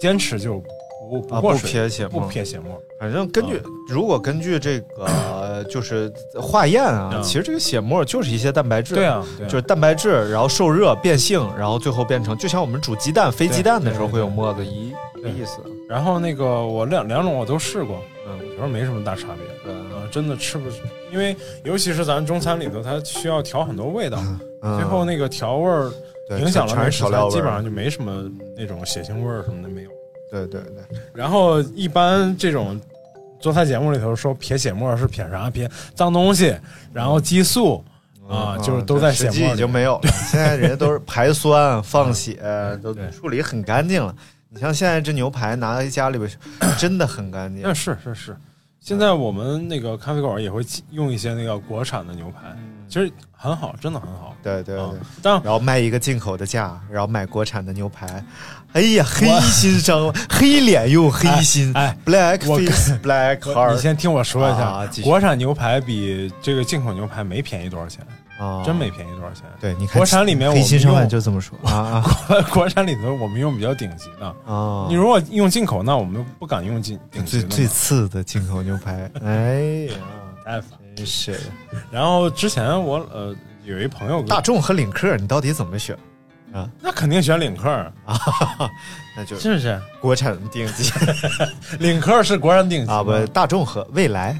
Speaker 10: 坚持就不
Speaker 9: 啊
Speaker 10: 不过
Speaker 9: 不
Speaker 10: 水，
Speaker 9: 撇血沫
Speaker 10: 不撇血沫。
Speaker 9: 反正根
Speaker 10: 嗯
Speaker 9: 据、如果根据这个呃就是化验啊，
Speaker 10: 嗯
Speaker 9: 其实这个血沫就是一些蛋白质，
Speaker 10: 对啊，对啊
Speaker 9: 就是蛋白质，然后受热变性，然后最后变成就像我们煮鸡蛋、飞鸡蛋的时候会有沫子一一个
Speaker 10: 对
Speaker 9: 意思。
Speaker 10: 然后那个我两两种我都试过，
Speaker 9: 嗯，
Speaker 10: 我觉得没什么大差别。
Speaker 9: 嗯
Speaker 10: 啊，真的吃不，因为尤其是咱中餐里头，它需要调很多味道，最后那个调味儿
Speaker 9: 嗯对
Speaker 10: 影响了
Speaker 9: 全
Speaker 10: 那
Speaker 9: 是
Speaker 10: 食
Speaker 9: 调料
Speaker 10: 材，
Speaker 9: 味儿
Speaker 10: 基本上就没什么那种血腥味儿什么的没有。
Speaker 9: 对对对，
Speaker 10: 然后一般这种做菜节目里头说撇血沫是撇啥？撇脏东西，然后激素啊，
Speaker 9: 嗯
Speaker 10: 就是都在血
Speaker 9: 实际
Speaker 10: 沫
Speaker 9: 已经
Speaker 10: 里。
Speaker 9: 没有 了，现在人家都是排酸、放血，
Speaker 10: 嗯
Speaker 9: 都
Speaker 10: 对
Speaker 9: 处理很干净了。你像现在这牛排拿到家里边，真的很干净
Speaker 10: 那。是是是，现在我们那个咖啡馆也会用一些那个国产的牛排，其实很好，真的很好。
Speaker 9: 嗯对对对。
Speaker 10: 嗯，但
Speaker 9: 然后卖一个进口的价，然后买国产的牛排，哎呀，黑心商，黑脸又黑心、
Speaker 10: 哎哎
Speaker 9: b l a c
Speaker 10: 我
Speaker 9: k face black
Speaker 10: 你
Speaker 9: heart
Speaker 10: 先听 我说一下，
Speaker 9: 啊继续
Speaker 10: 国产牛排比这个进口牛排没便宜多少钱，
Speaker 9: 啊
Speaker 10: 真没便宜多少钱。
Speaker 9: 对，你看
Speaker 10: 国产里面我
Speaker 9: 黑
Speaker 10: 们
Speaker 9: 心商贩
Speaker 10: 用
Speaker 9: 就这么说啊
Speaker 10: 国产里头我们用比较顶级的，
Speaker 9: 啊啊
Speaker 10: 你！如果用进口，那我们不敢用进顶级
Speaker 9: 最
Speaker 10: 的嘛
Speaker 9: 最次的进口牛 排，哎呀，
Speaker 10: 太烦。
Speaker 9: 真是的
Speaker 10: 然后之前我呃有一朋友跟我
Speaker 9: 大众和领克，你到底怎么选？啊
Speaker 10: 那肯定选领克儿，
Speaker 9: 那就是
Speaker 10: 不是？
Speaker 9: 国产顶级
Speaker 10: 领克儿是国产顶级
Speaker 9: 啊，
Speaker 10: 吗
Speaker 9: 不， 大众和蔚来、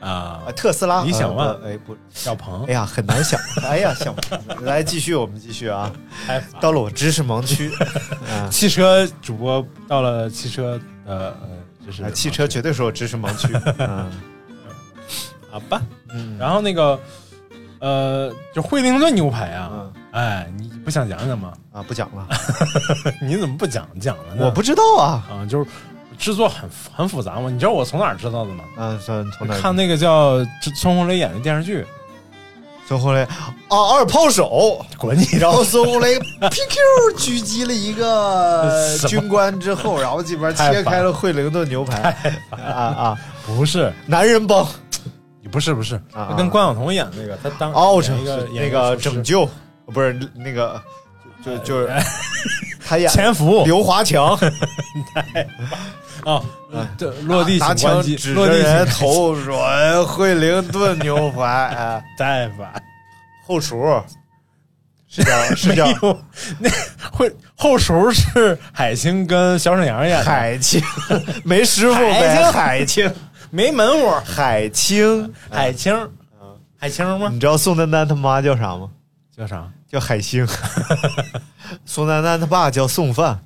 Speaker 10: 啊
Speaker 9: 啊，特斯拉、
Speaker 10: 理想 ONE
Speaker 9: 呃不哎不，
Speaker 10: 小鹏
Speaker 9: 哎呀，很难想， 哎呀，想不出来，继续，我们继续 啊，
Speaker 10: 开发
Speaker 9: 到了我知识盲 区，啊
Speaker 10: 汽车主播到了汽车呃呃就是
Speaker 9: 啊，汽车绝对是我知识盲 区。嗯
Speaker 10: 好啊吧，
Speaker 9: 嗯，
Speaker 10: 然后那个呃就惠灵顿牛排啊
Speaker 9: 嗯，
Speaker 10: 哎你不想讲讲吗？
Speaker 9: 啊，不讲了，
Speaker 10: 你怎么不讲讲了呢？
Speaker 9: 我不知道啊。
Speaker 10: 啊就是制作很很复杂嘛，你知道我从哪儿知道的吗？
Speaker 9: 嗯，从从哪儿
Speaker 10: 看那个叫孙红雷演的电视剧，
Speaker 9: 孙红雷啊，二炮手，
Speaker 10: 滚你
Speaker 9: 然 哦后孙红雷 PQ 狙击了一个
Speaker 10: 什么
Speaker 9: 军官之后，然后这边
Speaker 10: 太
Speaker 9: 切
Speaker 10: 烦
Speaker 9: 开了惠灵顿牛排啊啊，
Speaker 10: 不是，
Speaker 9: 男人帮
Speaker 10: 不是不是，
Speaker 9: 啊
Speaker 10: 他跟关晓彤演那个，他当
Speaker 9: 哦，
Speaker 10: 演
Speaker 9: 整
Speaker 10: 一个演
Speaker 9: 那
Speaker 10: 一个
Speaker 9: 个
Speaker 10: 厨师哎
Speaker 9: 拯救不是那个就就就是 他演
Speaker 10: 潜伏
Speaker 9: 刘华强
Speaker 10: 啊，对， 落地
Speaker 9: 哎拿
Speaker 10: 请
Speaker 9: 枪
Speaker 10: 关机，
Speaker 9: 指
Speaker 10: 落
Speaker 9: 着
Speaker 10: 地
Speaker 9: 人
Speaker 10: 请关机
Speaker 9: 头说哎惠灵顿牛 排哎。
Speaker 10: 太烦，
Speaker 9: 后厨是叫是
Speaker 10: 没
Speaker 9: 叫
Speaker 10: 有那会后厨是海清跟小沈阳演的，
Speaker 9: 海清， 没师傅呗，海清 哎
Speaker 10: 没门我
Speaker 9: 海清，
Speaker 10: 海清，
Speaker 9: 嗯
Speaker 10: 海清吗？
Speaker 9: 你知道宋丹丹他妈叫啥吗？
Speaker 10: 嗯叫啥？
Speaker 9: 叫海星。 宋丹丹他爸叫宋范，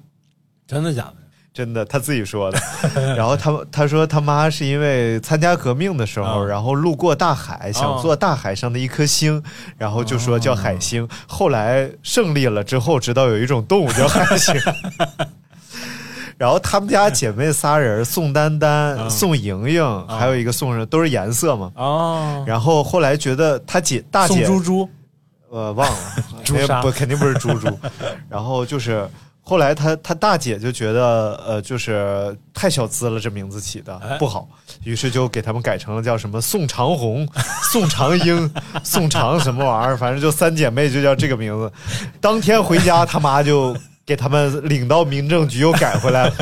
Speaker 10: 真的假的？
Speaker 9: 真的他自己说的。然后他他说他妈是因为参加革命的时候，
Speaker 10: 嗯
Speaker 9: 然后路过大海，想做大海上的一颗星，然后就说叫海星。后来胜利了之后，知道有一种动物叫海星。然后他们家姐妹仨人，宋丹丹、
Speaker 10: 嗯
Speaker 9: 宋莹莹，还有一个宋什，都是颜色嘛。
Speaker 10: 哦，
Speaker 9: 然后后来觉得他姐大
Speaker 10: 宋
Speaker 9: 姐
Speaker 10: 猪猪
Speaker 9: 呃，忘了，
Speaker 10: 朱
Speaker 9: 哎
Speaker 10: 砂
Speaker 9: 不，肯定不是猪猪。然后就是后来他他大姐就觉得呃，就是太小资了，这名字起的、
Speaker 10: 哎
Speaker 9: 不好，于是就给他们改成了叫什么宋长红、宋长英、 宋长什么玩意儿，反正就三姐妹就叫这个名字。当天回家，他妈就。给他们领到民政局又改回来了，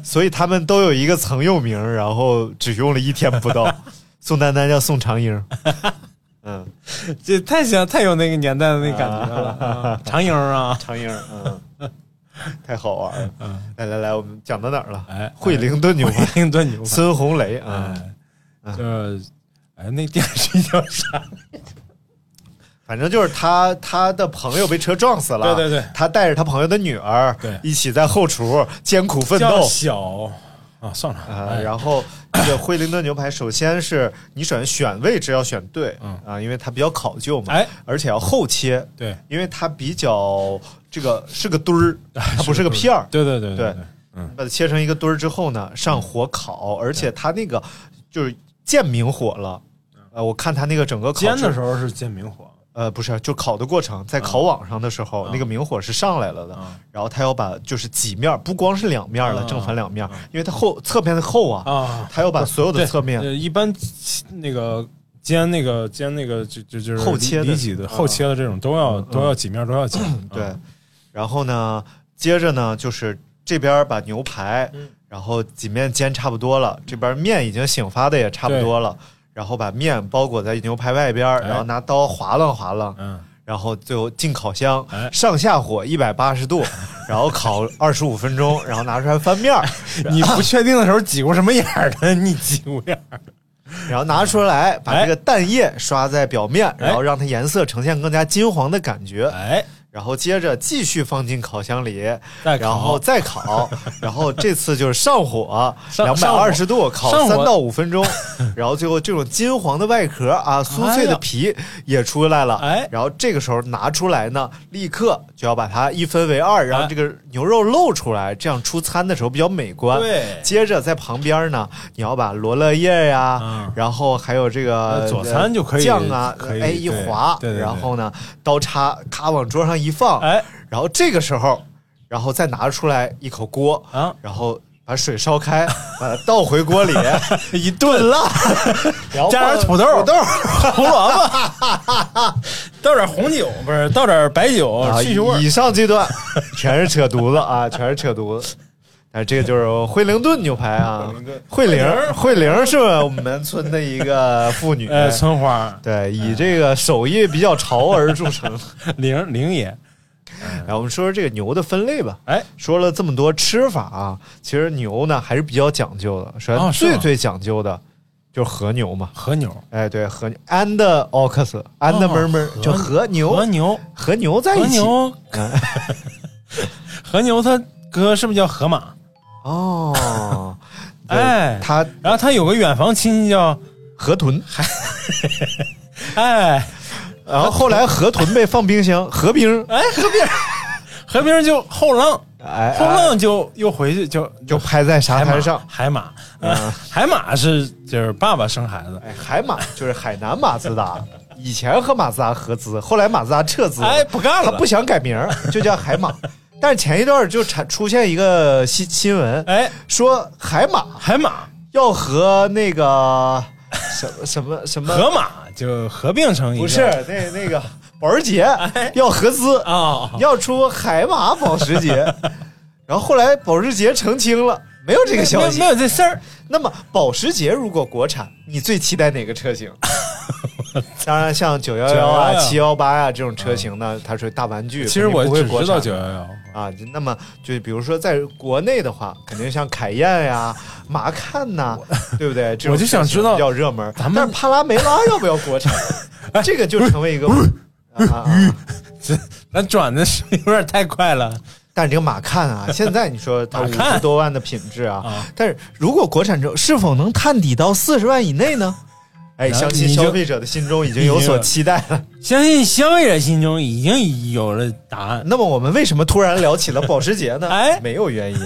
Speaker 9: 所以他们都有一个曾用名，然后只用了一天不到。宋丹丹叫宋长英，嗯，
Speaker 10: 这太像太有那个年代的那感觉了，啊长影儿啊，
Speaker 9: 长英，嗯， 太好玩了。来来来，我们讲到哪儿了？
Speaker 10: 哎
Speaker 9: 嗯惠灵顿牛 排，
Speaker 10: 惠灵顿牛排。
Speaker 9: 孙红雷啊，
Speaker 10: 哎，就是哎，那电视剧 叫啥？
Speaker 9: 反正就是他他的朋友被车撞死了，
Speaker 10: 对对对
Speaker 9: 他带着他朋友的女儿，
Speaker 10: 对
Speaker 9: 一起在后厨艰苦奋
Speaker 10: 叫
Speaker 9: 斗。
Speaker 10: 小啊，算了，
Speaker 9: 啊、
Speaker 10: 哎
Speaker 9: 然后这个惠灵顿牛排，首先是你选选位置要选对，
Speaker 10: 嗯
Speaker 9: 啊，因为它比较考究嘛，
Speaker 10: 哎，
Speaker 9: 而且要后切，
Speaker 10: 对，
Speaker 9: 因为它比较这个是个堆儿，它哎不是个片儿，
Speaker 10: 对对对嗯
Speaker 9: 对
Speaker 10: 对，
Speaker 9: 把它切成一个堆儿之后呢，上火烤，而且它那个就是见明火了。呃，我看它那个整个
Speaker 10: 嗯
Speaker 9: 烤
Speaker 10: 煎的时
Speaker 9: 候，
Speaker 10: 候是煎明火，
Speaker 9: 呃，不是，就烤的过程，在烤网上的时候，
Speaker 10: 啊
Speaker 9: 那个明火是上来了的。
Speaker 10: 啊
Speaker 9: 然后它要把就是几面儿，不光是两面儿了，
Speaker 10: 啊
Speaker 9: 正反两面儿，因为它后侧面的厚啊，
Speaker 10: 啊，
Speaker 9: 它要把所有的
Speaker 10: 对
Speaker 9: 侧面
Speaker 10: 呃一般那个煎那个煎那个就就就是
Speaker 9: 后切的
Speaker 10: 里脊的后切的这种都要
Speaker 9: 嗯嗯
Speaker 10: 都要几面都要 煎，
Speaker 9: 对
Speaker 10: 啊，
Speaker 9: 然后呢，接着呢就是这边把牛排，
Speaker 10: 嗯
Speaker 9: 然后几面煎差不多了，这边面已经醒发的也差不多了，然后把面包裹在牛排外边，
Speaker 10: 嗯哎
Speaker 9: 然后拿刀划拉划拉，
Speaker 10: 嗯，
Speaker 9: 然后最后进烤箱，
Speaker 10: 哎
Speaker 9: 上下火一百八 十度，然后烤二十五分钟，然后拿出来翻面儿，
Speaker 10: 你不确定的时候挤过什么眼儿的， 你挤过眼儿，
Speaker 9: 然后拿出来把
Speaker 10: 哎
Speaker 9: 这个蛋液刷在表面，然后让它颜色呈现更加金黄的感觉，
Speaker 10: 哎，
Speaker 9: 然后接着继续放进烤箱里，
Speaker 10: 再烤
Speaker 9: 然后再烤，然后这次就是上火，
Speaker 10: 上
Speaker 9: 两百二十度烤
Speaker 10: 上火
Speaker 9: 三到五 分钟，然后最后这种金黄的外壳啊，酥脆的皮也出来了，
Speaker 10: 哎
Speaker 9: 然后这个时候拿出来呢，立刻就要把它一分为二，让
Speaker 10: 哎
Speaker 9: 这个牛肉露出来，这样出餐的时候比较美观。
Speaker 10: 对
Speaker 9: 接着在旁边呢，你要把罗勒叶呀、
Speaker 10: 嗯
Speaker 9: 然后还有这个
Speaker 10: 呃佐餐就可以
Speaker 9: 酱啊，
Speaker 10: 可以
Speaker 9: 哎一
Speaker 10: 对
Speaker 9: 划，
Speaker 10: 对对对
Speaker 9: 然后呢刀叉咔往桌上一放，
Speaker 10: 哎
Speaker 9: 然后这个时候，然后再拿出来一口锅，
Speaker 10: 啊，
Speaker 9: 然后把水烧开，把它倒回 锅里一炖辣，然后
Speaker 10: 加点土豆
Speaker 9: 放土豆
Speaker 10: 胡萝卜， 倒点红酒不是，倒点白酒
Speaker 9: 啊，
Speaker 10: 去去味儿
Speaker 9: 以。上这段全是扯犊子啊，全是扯犊子。哎，这个就是惠灵顿牛排啊，惠灵惠灵是我们村的一个妇女，
Speaker 10: 呃，村花
Speaker 9: 对，以这个手艺比较潮而著称。
Speaker 10: 玲玲爷，
Speaker 9: 来，哎我们说说这个牛的分类吧。
Speaker 10: 哎，
Speaker 9: 说了这么多吃法啊，其实牛呢还是比较讲究的。首
Speaker 10: 啊
Speaker 9: 先
Speaker 10: 是吗
Speaker 9: 最最讲究的就是和牛嘛。
Speaker 10: 和牛，
Speaker 9: 哎，对，和牛 and ox and
Speaker 10: 哦
Speaker 9: 门门
Speaker 10: 和
Speaker 9: 就和牛
Speaker 10: 和牛，
Speaker 9: 和牛在
Speaker 10: 和
Speaker 9: 一起 嗯
Speaker 10: 牛，和牛，他哥是不是叫河马？
Speaker 9: 哦。对
Speaker 10: 哎
Speaker 9: 它
Speaker 10: 然后他有个远房亲戚叫
Speaker 9: 河豚，
Speaker 10: 哎
Speaker 9: 然后后来河豚被放冰箱，河冰
Speaker 10: 哎河边， 河边就后浪，
Speaker 9: 哎
Speaker 10: 后
Speaker 9: 哎
Speaker 10: 浪就又回去就
Speaker 9: 就拍在沙
Speaker 10: 海马
Speaker 9: 滩上。嗯
Speaker 10: 海马，呃海马是就是爸爸生孩子，
Speaker 9: 哎，海马就是海南马自达，以前和马自达合资，后来马自达撤资，
Speaker 10: 哎不干了
Speaker 9: 嗯他不想改名儿，就叫海马。 但是前一段就产出现一个新新闻，
Speaker 10: 哎
Speaker 9: 说海马
Speaker 10: 海马
Speaker 9: 要和那个什么什么什么，
Speaker 10: 河马就合并成一个
Speaker 9: 不是那那个保时捷要合资
Speaker 10: 啊、哦，
Speaker 9: 要出海马保 时捷，然后后来保时捷澄清了，没有这个
Speaker 10: 没
Speaker 9: 消
Speaker 10: 有
Speaker 9: 息
Speaker 10: 没。有这事儿，
Speaker 9: 那么保时捷如果国产，你最期待哪个 车型？当然，像九幺幺啊、七幺八啊这种车型呢，它是大玩具，
Speaker 10: 其实
Speaker 9: 肯定
Speaker 10: 我
Speaker 9: 不会
Speaker 10: 只
Speaker 9: 国
Speaker 10: 知道
Speaker 9: 产
Speaker 10: 九幺幺，
Speaker 9: 啊。就那么就比如说在国内的话，肯定像凯宴呀、 马看呐、对不对？这种
Speaker 10: 我就想知道
Speaker 9: 车型比较热门。
Speaker 10: 咱们哎
Speaker 9: 但是帕拉梅拉要不要国产？这个就成为一个。啊啊啊
Speaker 10: 咱转的是有点太快了，
Speaker 9: 但是这个马看啊，现在你说它
Speaker 10: 马
Speaker 9: 五
Speaker 10: 看
Speaker 9: 十多万的品质啊，
Speaker 10: 啊
Speaker 9: 但是如果国产车是否能探底到四十万以内呢？哎，
Speaker 10: 然后
Speaker 9: 相信
Speaker 10: 你就
Speaker 9: 消费者的心中已经有所期待了。
Speaker 10: 相信消费者心中已经有了答案。
Speaker 9: 那么我们为什么突然聊起了保时捷呢？
Speaker 10: 哎
Speaker 9: 没有 原因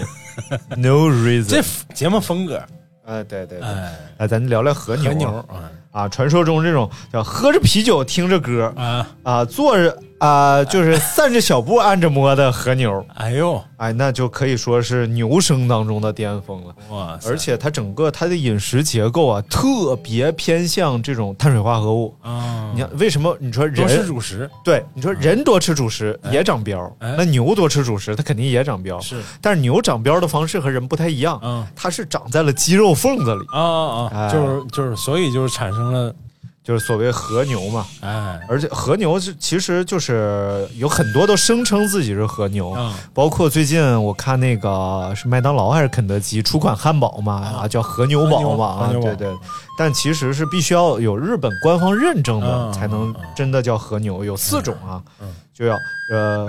Speaker 9: ，no reason。
Speaker 10: 这节目风格，
Speaker 9: 哎，对对对，
Speaker 10: 哎，
Speaker 9: 哎，咱聊聊和牛
Speaker 10: 和
Speaker 9: 啊
Speaker 10: 牛啊
Speaker 9: 啊，传说中这种叫喝着啤酒听着歌
Speaker 10: 啊，
Speaker 9: 啊，坐着啊就是散着小步按着摸的和牛，
Speaker 10: 哎呦，
Speaker 9: 哎，那就可以说是牛声当中的巅峰了。
Speaker 10: 哇塞，
Speaker 9: 而且它整个它的饮食结构啊，特别偏向这种碳水化合物。
Speaker 10: 啊，
Speaker 9: 你看，为什么你说
Speaker 10: 多吃
Speaker 9: 人
Speaker 10: 主食嗯
Speaker 9: 对你说人多吃主食也长膘，
Speaker 10: 哎
Speaker 9: 那牛多吃主食它肯定也长膘，
Speaker 10: 是
Speaker 9: 但是牛长膘的方式和人不太一样，
Speaker 10: 嗯
Speaker 9: 它是长在了肌肉缝子里，
Speaker 10: 啊啊啊，
Speaker 9: 哎
Speaker 10: 就是就是，所以就是产生了，
Speaker 9: 就是所谓和牛嘛。
Speaker 10: 哎，
Speaker 9: 而且和牛是其实就是有很多都声称自己是和牛，
Speaker 10: 啊
Speaker 9: 包括最近我看那个是麦当劳还是肯德基出款汉堡嘛，啊叫和牛堡嘛，
Speaker 10: 和
Speaker 9: 啊
Speaker 10: 牛堡
Speaker 9: 对对，但其实是必须要有日本官方认
Speaker 10: 嗯
Speaker 9: 证的才能
Speaker 10: 嗯
Speaker 9: 真的叫和牛，有四种啊
Speaker 10: 嗯，
Speaker 9: 就要呃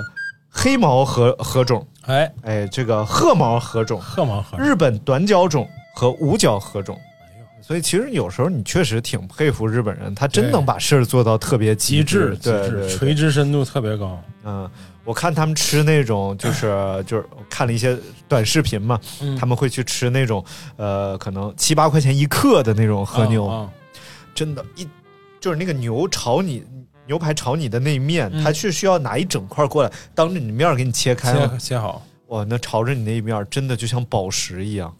Speaker 9: 黑毛和和种，
Speaker 10: 哎，
Speaker 9: 哎这个褐毛和种，
Speaker 10: 鹤毛鹤，
Speaker 9: 日本短角种和五角和种
Speaker 10: 啊哎呦。
Speaker 9: 所以其实有时候你确实挺佩服日本人，他真
Speaker 10: 对
Speaker 9: 能把事儿做到特别极
Speaker 10: 极致
Speaker 9: 致，
Speaker 10: 极
Speaker 9: 对
Speaker 10: 致，
Speaker 9: 对
Speaker 10: 垂直深度特别高，
Speaker 9: 嗯，我看他们吃那种，就 是就是我看了一些短视频嘛，
Speaker 10: 嗯
Speaker 9: 他们会去吃那种呃，可能七八块钱一克的那种和牛，
Speaker 10: 啊
Speaker 9: 真的，一就是那个牛炒你牛排炒你的那一面，
Speaker 10: 嗯
Speaker 9: 它是需要拿一整块过来，当着你的面儿给你切开
Speaker 10: 啊
Speaker 9: 了
Speaker 10: 切，切好，
Speaker 9: 哇，那朝着你那一面儿真的就像宝石一样。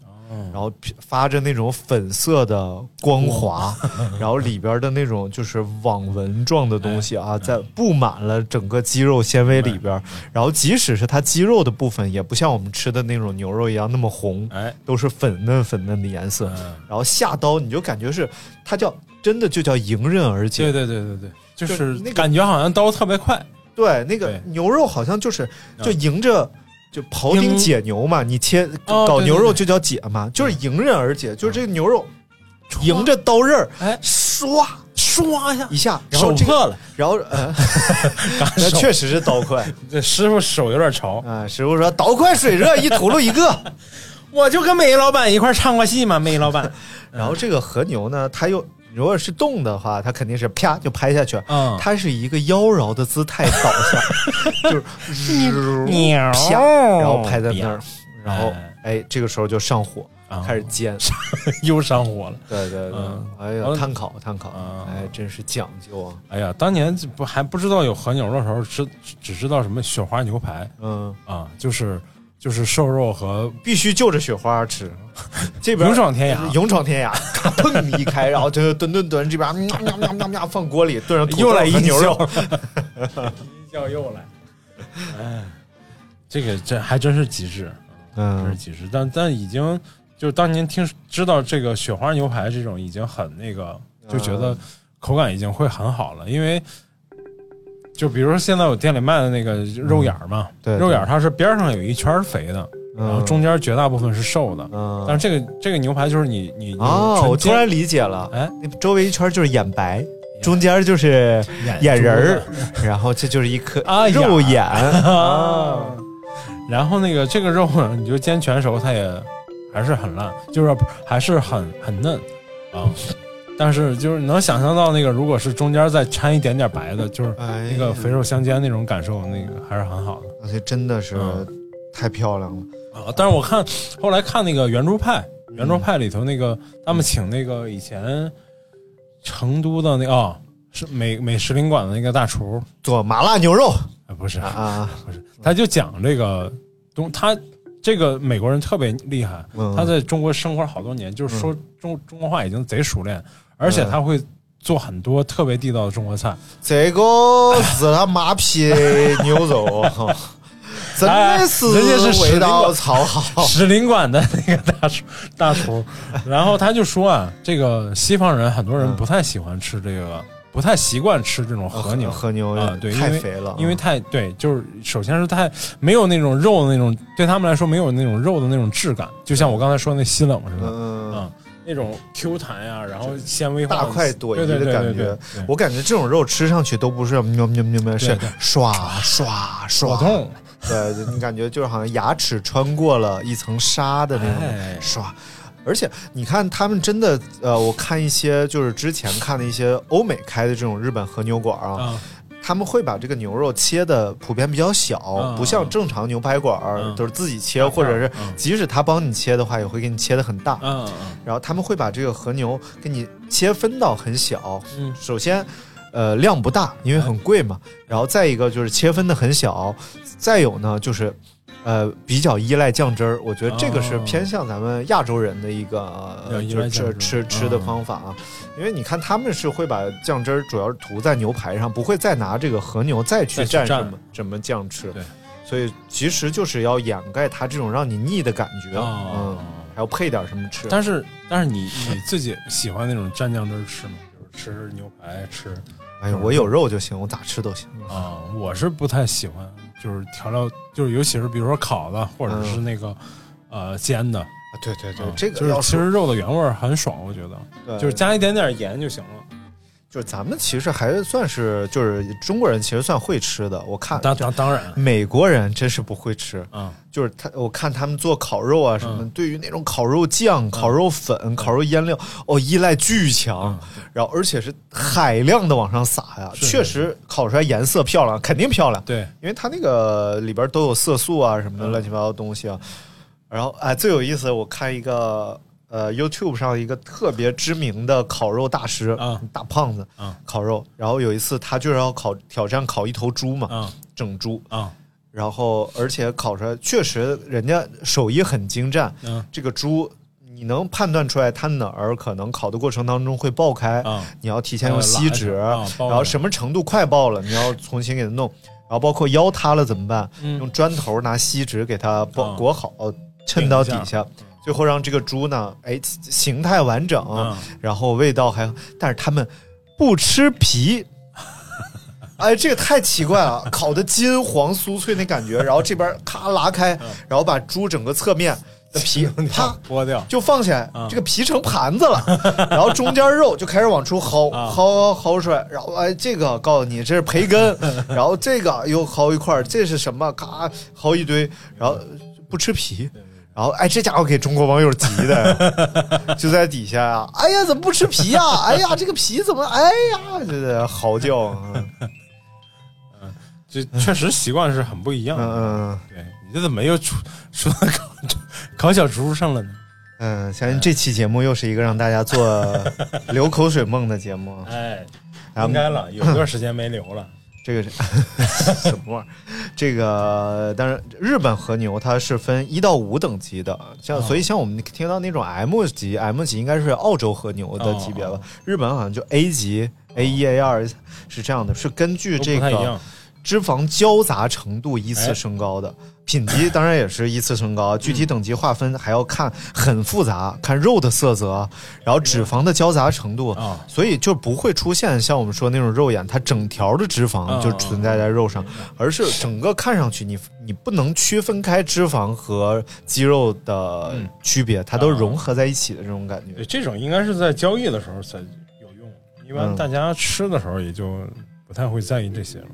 Speaker 9: 然后发着那种粉色的光华，然后里边的那种就是网纹状的东西啊，在布满了整个肌肉纤维里边。然后即使是它肌肉的部分，也不像我们吃的那种牛肉一样那么红，
Speaker 10: 哎，
Speaker 9: 都是粉嫩粉嫩的颜色。
Speaker 10: 嗯，
Speaker 9: 然后下刀你就感觉是它叫真的就叫迎刃而
Speaker 10: 对
Speaker 9: 解。
Speaker 10: 对对对对，就
Speaker 9: 就是那个
Speaker 10: 感觉好像刀特别快，
Speaker 9: 对，那个
Speaker 10: 对
Speaker 9: 牛肉好像就是
Speaker 10: 嗯
Speaker 9: 就迎着。就庖丁
Speaker 10: 迎
Speaker 9: 解牛嘛，你切
Speaker 10: 哦
Speaker 9: 搞
Speaker 10: 对对
Speaker 9: 牛肉
Speaker 10: 对嗯
Speaker 9: 就叫解嘛，就是迎刃而解，就是这个牛肉迎着刀刃儿
Speaker 10: 哎，
Speaker 9: 唰
Speaker 10: 唰一下
Speaker 9: 一下，然
Speaker 10: 手
Speaker 9: 后这个，
Speaker 10: 破了，
Speaker 9: 然后 呃，那确实是刀快
Speaker 10: 这师傅手有点潮，
Speaker 9: 啊。师傅说刀快水热，一吐露一个。
Speaker 10: 我就跟美老板一块儿唱过戏嘛，美老板，
Speaker 9: 然后这个和牛呢，它又如果是动的话，它肯定是啪就拍下去，
Speaker 10: 嗯
Speaker 9: 它是一个妖娆的姿态倒 下，就是
Speaker 10: 鸟
Speaker 9: 啪，然后拍在那儿，然后
Speaker 10: 哎
Speaker 9: 哎，这个时候就上火
Speaker 10: 啊，
Speaker 9: 开始煎，
Speaker 10: 又上火了。
Speaker 9: 对对对
Speaker 10: 嗯，
Speaker 9: 哎
Speaker 10: 完
Speaker 9: 呀，
Speaker 10: 了
Speaker 9: 碳烤碳烤
Speaker 10: 啊，
Speaker 9: 哎，真是讲究啊，
Speaker 10: 哎呀，当年不还不知道有和牛的时候，只只知道什么雪花牛排
Speaker 9: 嗯，
Speaker 10: 啊，就是就是瘦肉和
Speaker 9: 必须就着雪花 吃，这边
Speaker 10: 勇闯天涯，
Speaker 9: 勇 闯天涯，咔砰你一开，然后就炖炖炖，这边喵喵喵喵喵放锅里炖上土豆
Speaker 10: 又来一
Speaker 9: 和牛肉，
Speaker 10: 一叫又来，哎，这个这还真是极致，真 是
Speaker 9: 嗯
Speaker 10: 极致。但但已经就是当年听知道这个雪花牛排这种已经很那个，
Speaker 9: 嗯
Speaker 10: 就觉得口感已经会很好了，因为。就比如说现在我店里卖的那个肉眼儿嘛，
Speaker 9: 嗯对对
Speaker 10: 肉眼儿它是边儿上有一圈儿肥的，然后中间绝大部分是瘦的，
Speaker 9: 嗯
Speaker 10: 但是这个这个牛排就是你你你
Speaker 9: 哦，
Speaker 10: 纯
Speaker 9: 我突
Speaker 10: 煎
Speaker 9: 然理解了，
Speaker 10: 哎，
Speaker 9: 那周围一圈就是眼白，中间就是眼仁儿，然后这就是一颗
Speaker 10: 啊
Speaker 9: 肉眼
Speaker 10: 啊，然后那个这个肉呢，你就煎全熟，它也还是很烂，就是还是很很嫩啊。但是就是能想象到那个，如果是中间再掺一点点白的，就是
Speaker 9: 哎
Speaker 10: 那个肥肉相间那种感受，那个还是很好的
Speaker 9: 而且真的是
Speaker 10: 嗯
Speaker 9: 太漂亮了。
Speaker 10: 啊。但是我看后来看那个圆桌派，圆桌派里头那个他们请那个以前成都的那个哦，是美美食领馆的那个大厨，
Speaker 9: 做麻辣牛肉
Speaker 10: 啊不是
Speaker 9: 啊 啊，
Speaker 10: 不是，他就讲这个东，他这个美国人特别厉害，
Speaker 9: 嗯
Speaker 10: 他在中国生活了好多年，就是说中中国话已经贼熟练，而
Speaker 9: 嗯
Speaker 10: 且他会做很多特别地道的中国菜。
Speaker 9: 这个是他马匹 牛肉，真的是
Speaker 10: 哎人家是十
Speaker 9: 味
Speaker 10: 零
Speaker 9: 道
Speaker 10: 个
Speaker 9: 超好。
Speaker 10: 使领馆的那个大厨大厨，然后他就说啊，这个西方人很多
Speaker 9: 嗯
Speaker 10: 人不太喜欢吃这个，不太习惯吃这种和牛。
Speaker 9: 哦 和牛
Speaker 10: 啊，对，因
Speaker 9: 太
Speaker 10: 为
Speaker 9: 肥了，嗯
Speaker 10: 因为太对，就是首先是太没有那种肉的那种，对他们来说没有那种肉的那种质感，就像我刚才说的那西冷似的，
Speaker 9: 嗯
Speaker 10: 啊，那种 Q 弹呀、然后纤维化
Speaker 9: 大快朵颐
Speaker 10: 对对
Speaker 9: 的
Speaker 10: 对
Speaker 9: 感
Speaker 10: 对对
Speaker 9: 觉
Speaker 10: 对，
Speaker 9: 我感觉这种肉吃上去都不是喵喵喵喵，是
Speaker 10: 对
Speaker 9: 刷刷
Speaker 10: 果
Speaker 9: 刷，
Speaker 10: 冻，
Speaker 9: 对，就你感觉就是好像牙齿穿过了一层纱的那
Speaker 10: 哎
Speaker 9: 种刷。而且你看，他们真的，呃，我看一些就是之前看的一些欧美开的这种日本和牛馆啊，
Speaker 10: 啊
Speaker 9: 他们会把这个牛肉切的普遍比较小，
Speaker 10: 嗯
Speaker 9: 不像正常牛排馆啊儿啊
Speaker 10: 嗯
Speaker 9: 都是自己切，或者是
Speaker 10: 嗯
Speaker 9: 即使他帮你切的话，也会给你切的很大。
Speaker 10: 嗯
Speaker 9: 然后他们会把这个和牛给你切分到很小，
Speaker 10: 嗯
Speaker 9: 首先，呃，量不大，因为很贵嘛。然后再一个就是切分的很小，再有呢就是，呃，比较依赖酱汁儿。我觉得这个是
Speaker 10: 哦
Speaker 9: 偏向咱们亚洲人的一个、
Speaker 10: 要
Speaker 9: 呃
Speaker 10: 依
Speaker 9: 就
Speaker 10: 赖
Speaker 9: 是
Speaker 10: 酱
Speaker 9: 吃
Speaker 10: 汁儿
Speaker 9: 吃吃的
Speaker 10: 嗯
Speaker 9: 方法啊。因为你看他们是会把酱汁儿主要是涂在牛排上，不会再拿这个和牛再去
Speaker 10: 再去
Speaker 9: 蘸
Speaker 10: 蘸
Speaker 9: 什么什么酱吃
Speaker 10: 对。
Speaker 9: 所以其实就是要掩盖它这种让你腻的感觉，
Speaker 10: 嗯哦
Speaker 9: 嗯，还要配点什么吃。
Speaker 10: 但是但是你你自己喜欢那种蘸酱汁儿吃吗？比如吃牛排吃
Speaker 9: 哎呀，我有肉就行，我咋吃都行。
Speaker 10: 啊，我是不太喜欢，就是调料，就是尤其是比如说烤的或者是那个、呃煎的，
Speaker 9: 啊对对对
Speaker 10: 啊，
Speaker 9: 嗯这个
Speaker 10: 就是
Speaker 9: 要
Speaker 10: 其
Speaker 9: 说
Speaker 10: 实肉的原味儿很爽，我觉得，
Speaker 9: 对
Speaker 10: 就是加一点点盐就行了。
Speaker 9: 就是咱们其实还算是就是中国人，其实算会吃的。我看
Speaker 10: 当当当然，
Speaker 9: 美国人真是不会吃，
Speaker 10: 啊、
Speaker 9: 就是他我看他们做烤肉啊什么，
Speaker 10: 嗯
Speaker 9: 对于那种烤肉酱、烤肉粉、烤肉腌料，哦，依赖巨强
Speaker 10: 嗯，
Speaker 9: 然后而且是海量的往上撒呀，
Speaker 10: 是
Speaker 9: 确实烤出来颜色漂亮，肯定漂亮。
Speaker 10: 对，
Speaker 9: 因为它那个里边都有色素啊什么
Speaker 10: 嗯
Speaker 9: 的乱七八糟的东西啊。然后哎，最有意思，我看一个呃 YouTube 上一个特别知名的烤肉大师
Speaker 10: 啊
Speaker 9: 大胖子
Speaker 10: 啊
Speaker 9: 烤肉。然后有一次他就是要烤挑战烤一头猪嘛，
Speaker 10: 啊
Speaker 9: 整猪。
Speaker 10: 啊
Speaker 9: 然后而且烤出来确实人家手艺很精湛，
Speaker 10: 嗯
Speaker 9: 这个猪。你能判断出来它哪儿可能烤的过程当中会爆开，
Speaker 10: 啊
Speaker 9: 你要提前用
Speaker 10: 呃拉
Speaker 9: 锡
Speaker 10: 一下
Speaker 9: 纸，
Speaker 10: 啊爆
Speaker 9: 然后
Speaker 10: 了
Speaker 9: 什么程度快爆了，你要重新给它弄，然后包括腰塌了怎么办？
Speaker 10: 嗯
Speaker 9: 用砖头拿锡纸给它包
Speaker 10: 啊
Speaker 9: 裹好，衬
Speaker 10: 顶
Speaker 9: 到
Speaker 10: 一
Speaker 9: 底
Speaker 10: 下
Speaker 9: 下，最后让这个猪呢，哎，形态完整，
Speaker 10: 啊
Speaker 9: 然后味道还，但是他们不吃皮。哎，这个太奇怪了，烤的金黄酥脆那感觉，然后这边咔拉开，然后把猪整个侧面的皮啪
Speaker 10: 剥掉，
Speaker 9: 就放下来，
Speaker 10: 啊
Speaker 9: 这个皮成盘子了，然后中间肉就开始往出薅，
Speaker 10: 啊
Speaker 9: 薅薅出来，然后哎，这个告诉你这是培根，然后这个又薅一块儿，这是什么？咔薅一堆，然后不吃皮，然后，哎，这家伙给中国网友急的，就在底下啊，哎呀，怎么不吃皮呀、哎呀，这个皮怎么？哎呀，就在嚎叫。嗯
Speaker 10: 这确实习惯是很不一样
Speaker 9: 嗯
Speaker 10: 的。
Speaker 9: 嗯
Speaker 10: 对你这怎么又出说到烤烤小厨上了呢？
Speaker 9: 嗯，相信这期节目又是一个让大家做 流口水梦的节目。
Speaker 10: 哎，
Speaker 9: 咱
Speaker 10: 应
Speaker 9: 们
Speaker 10: 该了，有一段时间没留了。
Speaker 9: 这个是 什么玩意儿？这个当然，日本和牛它是分一到五等级的，
Speaker 10: 哦
Speaker 9: 像所以像我们听到那种 M 级，M 级应该是澳洲和牛的级别吧？
Speaker 10: 哦
Speaker 9: 日本好像就 A 级，A 一、A 二是这样的，是根据
Speaker 10: 都
Speaker 9: 这
Speaker 10: 不太一
Speaker 9: 个
Speaker 10: 样，
Speaker 9: 脂肪交杂程度依次升高的。品级当然也是依次升高，具体等级划分还要看很复杂，看肉的色泽，然后脂肪的交杂程度，
Speaker 10: 啊
Speaker 9: 所以就不会出现像我们说那种肉眼，它整条的脂肪
Speaker 10: 啊
Speaker 9: 就存在在肉上，而是整个看上去你你不能区分开脂肪和肌肉的区别，它都融合在一起的这种感觉
Speaker 10: 对，。这种应该是在交易的时候才有用，一般
Speaker 9: 嗯
Speaker 10: 大家吃的时候也就不太会在意这些了。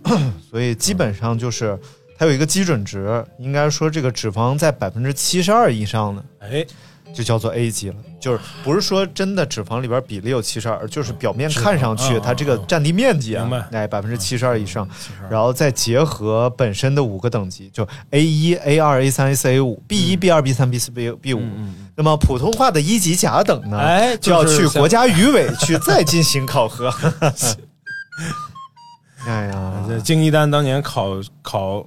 Speaker 9: 所以基本上就是它有一个基准值，应该说这个脂肪在百分之七十二以上呢，
Speaker 10: 哎，
Speaker 9: 就叫做 A 级了。就是不是说真的脂肪里边比例有七十二，就是表面
Speaker 10: 脂肪
Speaker 9: 看上去
Speaker 10: 啊
Speaker 9: 它这个
Speaker 10: 啊
Speaker 9: 占地面积啊
Speaker 10: 明白，
Speaker 9: 哎百分之七十二以上。
Speaker 10: 其实
Speaker 9: 然后再结合本身的五个等级，就 A 一、A 二、A 三、A 四、A 五、B
Speaker 10: 嗯
Speaker 9: 一、B 二、B 三、B 四、B B 五。那么普通话的一级甲等呢，
Speaker 10: 哎
Speaker 9: 就要
Speaker 10: 就是
Speaker 9: 去
Speaker 10: 像
Speaker 9: 国家语委去再进行 考核。哎呀，
Speaker 10: 这京一丹当年考
Speaker 9: 嗯
Speaker 10: 考，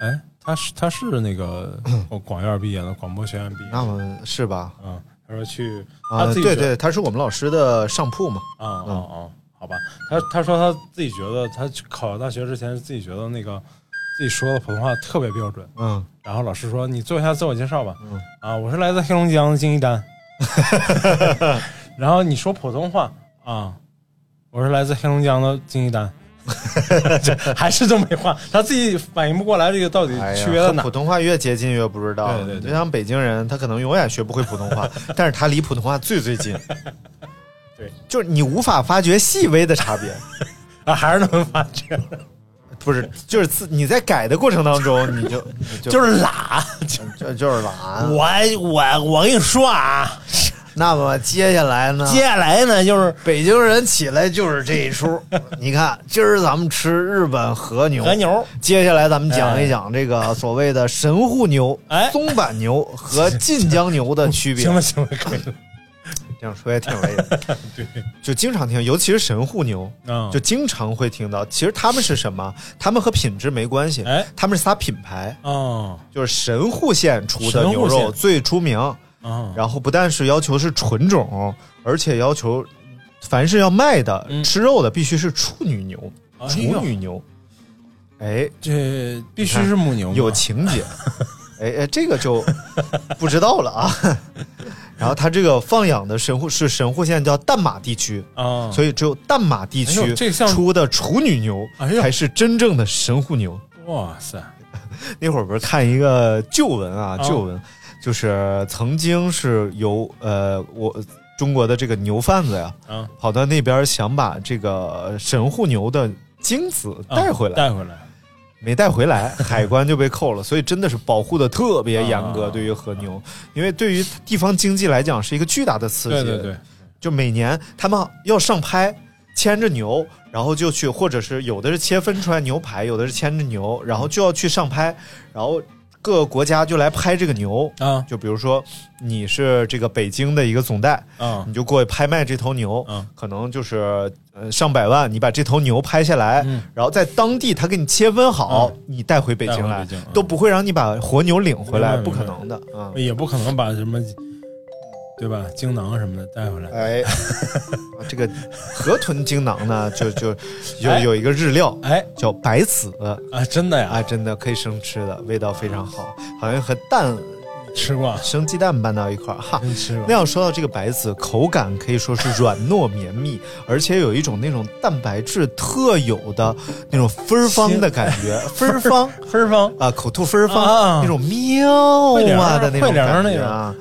Speaker 10: 哎，他是他是那个
Speaker 9: 嗯
Speaker 10: 广广院毕业的，广播学院毕业
Speaker 9: 那
Speaker 10: 的，
Speaker 9: 么是吧？
Speaker 10: 嗯，他说去他
Speaker 9: 啊，
Speaker 10: 自己
Speaker 9: 对
Speaker 10: 觉得
Speaker 9: 对，他是我们老师的上铺嘛。
Speaker 10: 啊啊啊，好吧，他他说他自己觉得他去考大学之前自己觉得那个自己说的普通话特别标准，
Speaker 9: 嗯，
Speaker 10: 然后老师说你做一下自我介绍吧，啊，我是来自黑龙江的京一 丹，然后你说普通话啊，我是来自黑龙江的京一丹。 这还是东北话，他自己反应不过来这个到底
Speaker 9: 哎呀
Speaker 10: 区别在
Speaker 9: 和
Speaker 10: 哪
Speaker 9: 普？通话越接近越不知道。
Speaker 10: 对对对
Speaker 9: 就像北京人，他可能永远学不会普 通话，但是他离普通话最最近。
Speaker 10: 对，
Speaker 9: 就是你无法发觉细微的差别，
Speaker 10: 啊，还是能发觉，
Speaker 9: 不是，就是自你在改的过程当中，你 就你就
Speaker 10: 就是懒。
Speaker 9: 就就是懒。
Speaker 10: 我我我跟你说啊，
Speaker 9: 那么接下来呢？
Speaker 10: 接下来呢就是
Speaker 9: 北京人起来就是这一出。 你看，今儿咱们吃日本和牛，
Speaker 10: 和牛
Speaker 9: 接下来咱们讲一讲这个所谓的神户牛、
Speaker 10: 哎
Speaker 9: 松板牛和晋江牛的区 别。
Speaker 10: 行了行了，可以了。
Speaker 9: 这样说也挺有意思。 对，就经常听，尤其是神户牛，
Speaker 10: 嗯
Speaker 9: 就经常会听到。其实他们是什么？他们和品质没关系，
Speaker 10: 哎
Speaker 9: 他们是仨品牌，
Speaker 10: 哦
Speaker 9: 就是神户县出的牛
Speaker 10: 神户
Speaker 9: 肉
Speaker 10: 县
Speaker 9: 最出名。
Speaker 10: 哦，
Speaker 9: 然后不但是要求是纯种，而且要求凡是要卖的、
Speaker 10: 嗯
Speaker 9: 吃肉的必须是处女牛，
Speaker 10: 哎
Speaker 9: 处
Speaker 10: 呦
Speaker 9: 女牛。哎，
Speaker 10: 这必须是母牛吗，
Speaker 9: 有情 节。哎哎，这个就不知道了啊。 然后它这个放养的神户是神户县叫淡马地区，
Speaker 10: 啊，
Speaker 9: 所以只有淡马地
Speaker 10: 哎
Speaker 9: 区
Speaker 10: 呦这像
Speaker 9: 出的处女牛
Speaker 10: 哎呦
Speaker 9: 才是真正的神户牛。
Speaker 10: 哇塞，
Speaker 9: 那会儿不是看一个旧闻啊，
Speaker 10: 啊
Speaker 9: 旧闻就是曾经是由呃我中国的这个牛贩子呀，
Speaker 10: 啊
Speaker 9: 跑到那边想把这个呃神户牛的精子
Speaker 10: 啊
Speaker 9: 带回来，
Speaker 10: 带回来，
Speaker 9: 没带 回来，海关就被扣了。所以真的是保护的特别严格，
Speaker 10: 啊
Speaker 9: 对于和牛，因为对于地方经济来讲是一个巨大的刺激。
Speaker 10: 对对对，
Speaker 9: 就每年他们要上拍，牵着牛，然后就去，或者是有的是切分出来牛排，有的是牵着牛，然后就要去上拍，然后各个国家就来拍这个牛。
Speaker 10: 啊
Speaker 9: 就比如说你是这个北京的一个总代，
Speaker 10: 啊
Speaker 9: 你就过去拍卖这头牛，
Speaker 10: 嗯
Speaker 9: 可能就是呃上百万，你把这头牛拍下来，
Speaker 10: 嗯
Speaker 9: 然后在当地他给你切分好，你带回北京
Speaker 10: 带
Speaker 9: 来，
Speaker 10: 回北京嗯
Speaker 9: 都不会让你把活牛领回来，
Speaker 10: 明白
Speaker 9: 不可能的，嗯。
Speaker 10: 也不可能把什么，对吧，精囊什么的带回来，
Speaker 9: 哎，这个河豚精囊呢，就就有
Speaker 10: 哎
Speaker 9: 有一个日料
Speaker 10: 哎
Speaker 9: 叫白子
Speaker 10: 啊，真的呀，
Speaker 9: 啊，真的可以生吃的，味道非常好，好像和蛋
Speaker 10: 吃过啊，
Speaker 9: 生鸡蛋拌到一块儿哈。
Speaker 10: 真吃
Speaker 9: 那
Speaker 10: 过，
Speaker 9: 要说到这个白子，口感可以说是软糯绵密，而且有一种那种蛋白质特有的那种芬儿芳的感觉，芬儿芳。
Speaker 10: 芬芳
Speaker 9: 啊，口吐芬儿芳、
Speaker 10: 啊
Speaker 9: 那种喵
Speaker 10: 会凉
Speaker 9: 啊
Speaker 10: 儿
Speaker 9: 的那种
Speaker 10: 会凉儿
Speaker 9: 感
Speaker 10: 那
Speaker 9: 觉
Speaker 10: 种
Speaker 9: 啊。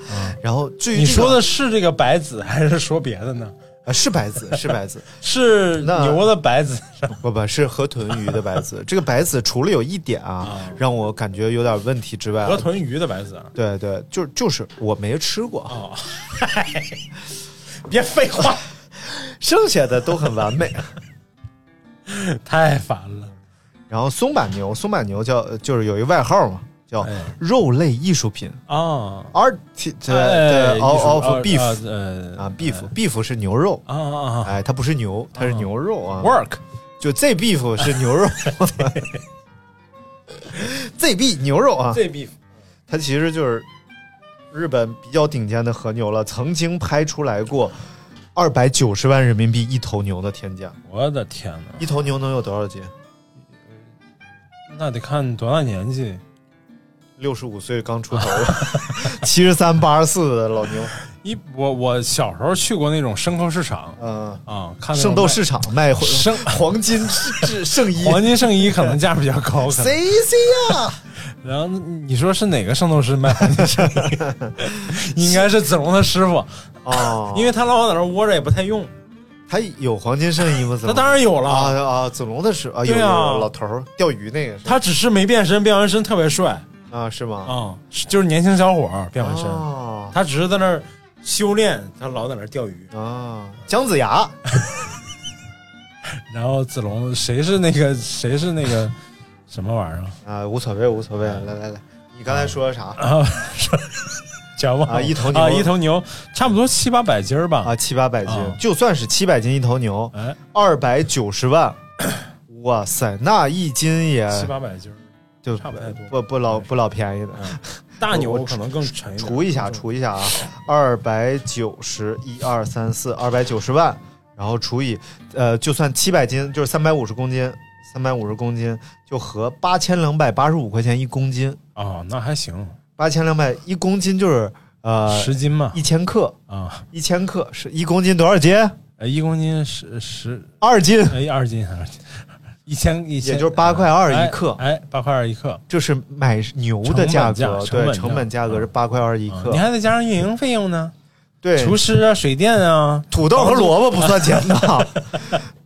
Speaker 9: 然后至于
Speaker 10: 你
Speaker 9: 这个
Speaker 10: 说的是这个白子还是说别的呢？
Speaker 9: 啊，是白子，是白子，
Speaker 10: 是
Speaker 9: 那
Speaker 10: 牛的白子，
Speaker 9: 不不是河豚鱼的白子。这个白子除了有一点啊，让我感觉有点问题之外，
Speaker 10: 河豚鱼的白子啊！
Speaker 9: 对对，就就是我没吃过，
Speaker 10: 哦，别废 话，
Speaker 9: 剩下的都很完 美。
Speaker 10: 太烦了。
Speaker 9: 然后松板牛，松板牛叫就是有一个外号嘛，叫
Speaker 10: 哎
Speaker 9: 肉类艺术品
Speaker 10: 啊，
Speaker 9: ，art 对
Speaker 10: 哎
Speaker 9: 对，of of
Speaker 10: 艺术
Speaker 9: beef
Speaker 10: 呃
Speaker 9: 啊，beef beef 是牛肉，
Speaker 10: 啊啊啊
Speaker 9: 哎，它不是牛，它是牛肉啊。
Speaker 10: ，work
Speaker 9: 就 Z beef 是牛 肉 ，Z B 牛肉啊，
Speaker 10: beef
Speaker 9: 它其实就是日本比较顶尖的和牛了，曾经拍出来过二百九十万人民币一头牛的天价，
Speaker 10: 我的天哪，
Speaker 9: 一头牛能有多少斤？
Speaker 10: 那得看多大年纪。
Speaker 9: 六十五岁刚出头， 七十三八十四的老牛，
Speaker 10: 一我我小时候去过那种牲口市场
Speaker 9: 嗯、
Speaker 10: 啊，看那种
Speaker 9: 圣斗
Speaker 10: 卖
Speaker 9: 市场卖黄
Speaker 10: 圣
Speaker 9: 黄金制圣衣
Speaker 10: 黄金圣衣可能价比较高，可能
Speaker 9: ，C C 呀，
Speaker 10: 然后你说是哪个圣斗士卖黄金圣衣？ 应该是子龙他师傅，
Speaker 9: 哦，
Speaker 10: 因为他老往那儿窝着也不太用。
Speaker 9: 他有黄金圣衣吗？
Speaker 10: 他当然有了，
Speaker 9: 啊啊！子龙的是啊，有
Speaker 10: 对
Speaker 9: 有
Speaker 10: 啊
Speaker 9: 有老头儿钓鱼那个是
Speaker 10: 他只是没变身，变完身特别帅
Speaker 9: 啊，是吗？
Speaker 10: 啊、是就是年轻小伙儿变完身，
Speaker 9: 哦
Speaker 10: 他只是在那儿修炼，他老在那儿钓 鱼。
Speaker 9: 啊，姜子牙
Speaker 10: 然后子龙谁是那个谁是那个什么玩意儿
Speaker 9: 啊，无所谓，无所谓。
Speaker 10: 嗯
Speaker 9: 来来来，你刚才说啥
Speaker 10: 啊？说讲忘了
Speaker 9: 啊一头牛
Speaker 10: 啊一头牛，差不多七八百斤儿吧。
Speaker 9: 啊？七八百斤
Speaker 10: 啊，
Speaker 9: 就算是七百斤一头牛，
Speaker 10: 哎，
Speaker 9: 二百九十万， 哇塞，那一斤也
Speaker 10: 七八百斤儿，
Speaker 9: 就
Speaker 10: 差不太多嗯
Speaker 9: 不不老不老便宜的。
Speaker 10: 大
Speaker 9: 我
Speaker 10: 牛
Speaker 9: 我
Speaker 10: 可能更沉一点。
Speaker 9: 除一下，除一下啊，二百九十一二三四，二百九十万，然后除以呃，就算七百斤，就是三百五十公斤，三百五十公斤就合八千两百八十五块钱一公斤，
Speaker 10: 啊，那还行，
Speaker 9: 八千两百一公斤就是呃
Speaker 10: 十斤嘛
Speaker 9: 一千克，
Speaker 10: 啊，
Speaker 9: 一千克是一公斤多少斤？
Speaker 10: 呃一公斤十十
Speaker 9: 二斤，
Speaker 10: 哎二斤二斤， 一千一千，
Speaker 9: 也就是八块二一克，
Speaker 10: 哎，八块二一克。
Speaker 9: 这是买牛的价
Speaker 10: 成本
Speaker 9: 格，
Speaker 10: 价成本
Speaker 9: 对，
Speaker 10: 价
Speaker 9: 成本价格是八块二一
Speaker 10: 啊
Speaker 9: 克嗯
Speaker 10: 你。还得加上运营费用呢，
Speaker 9: 对，
Speaker 10: 厨师啊、水电 啊、
Speaker 9: 土豆和萝卜不算钱的，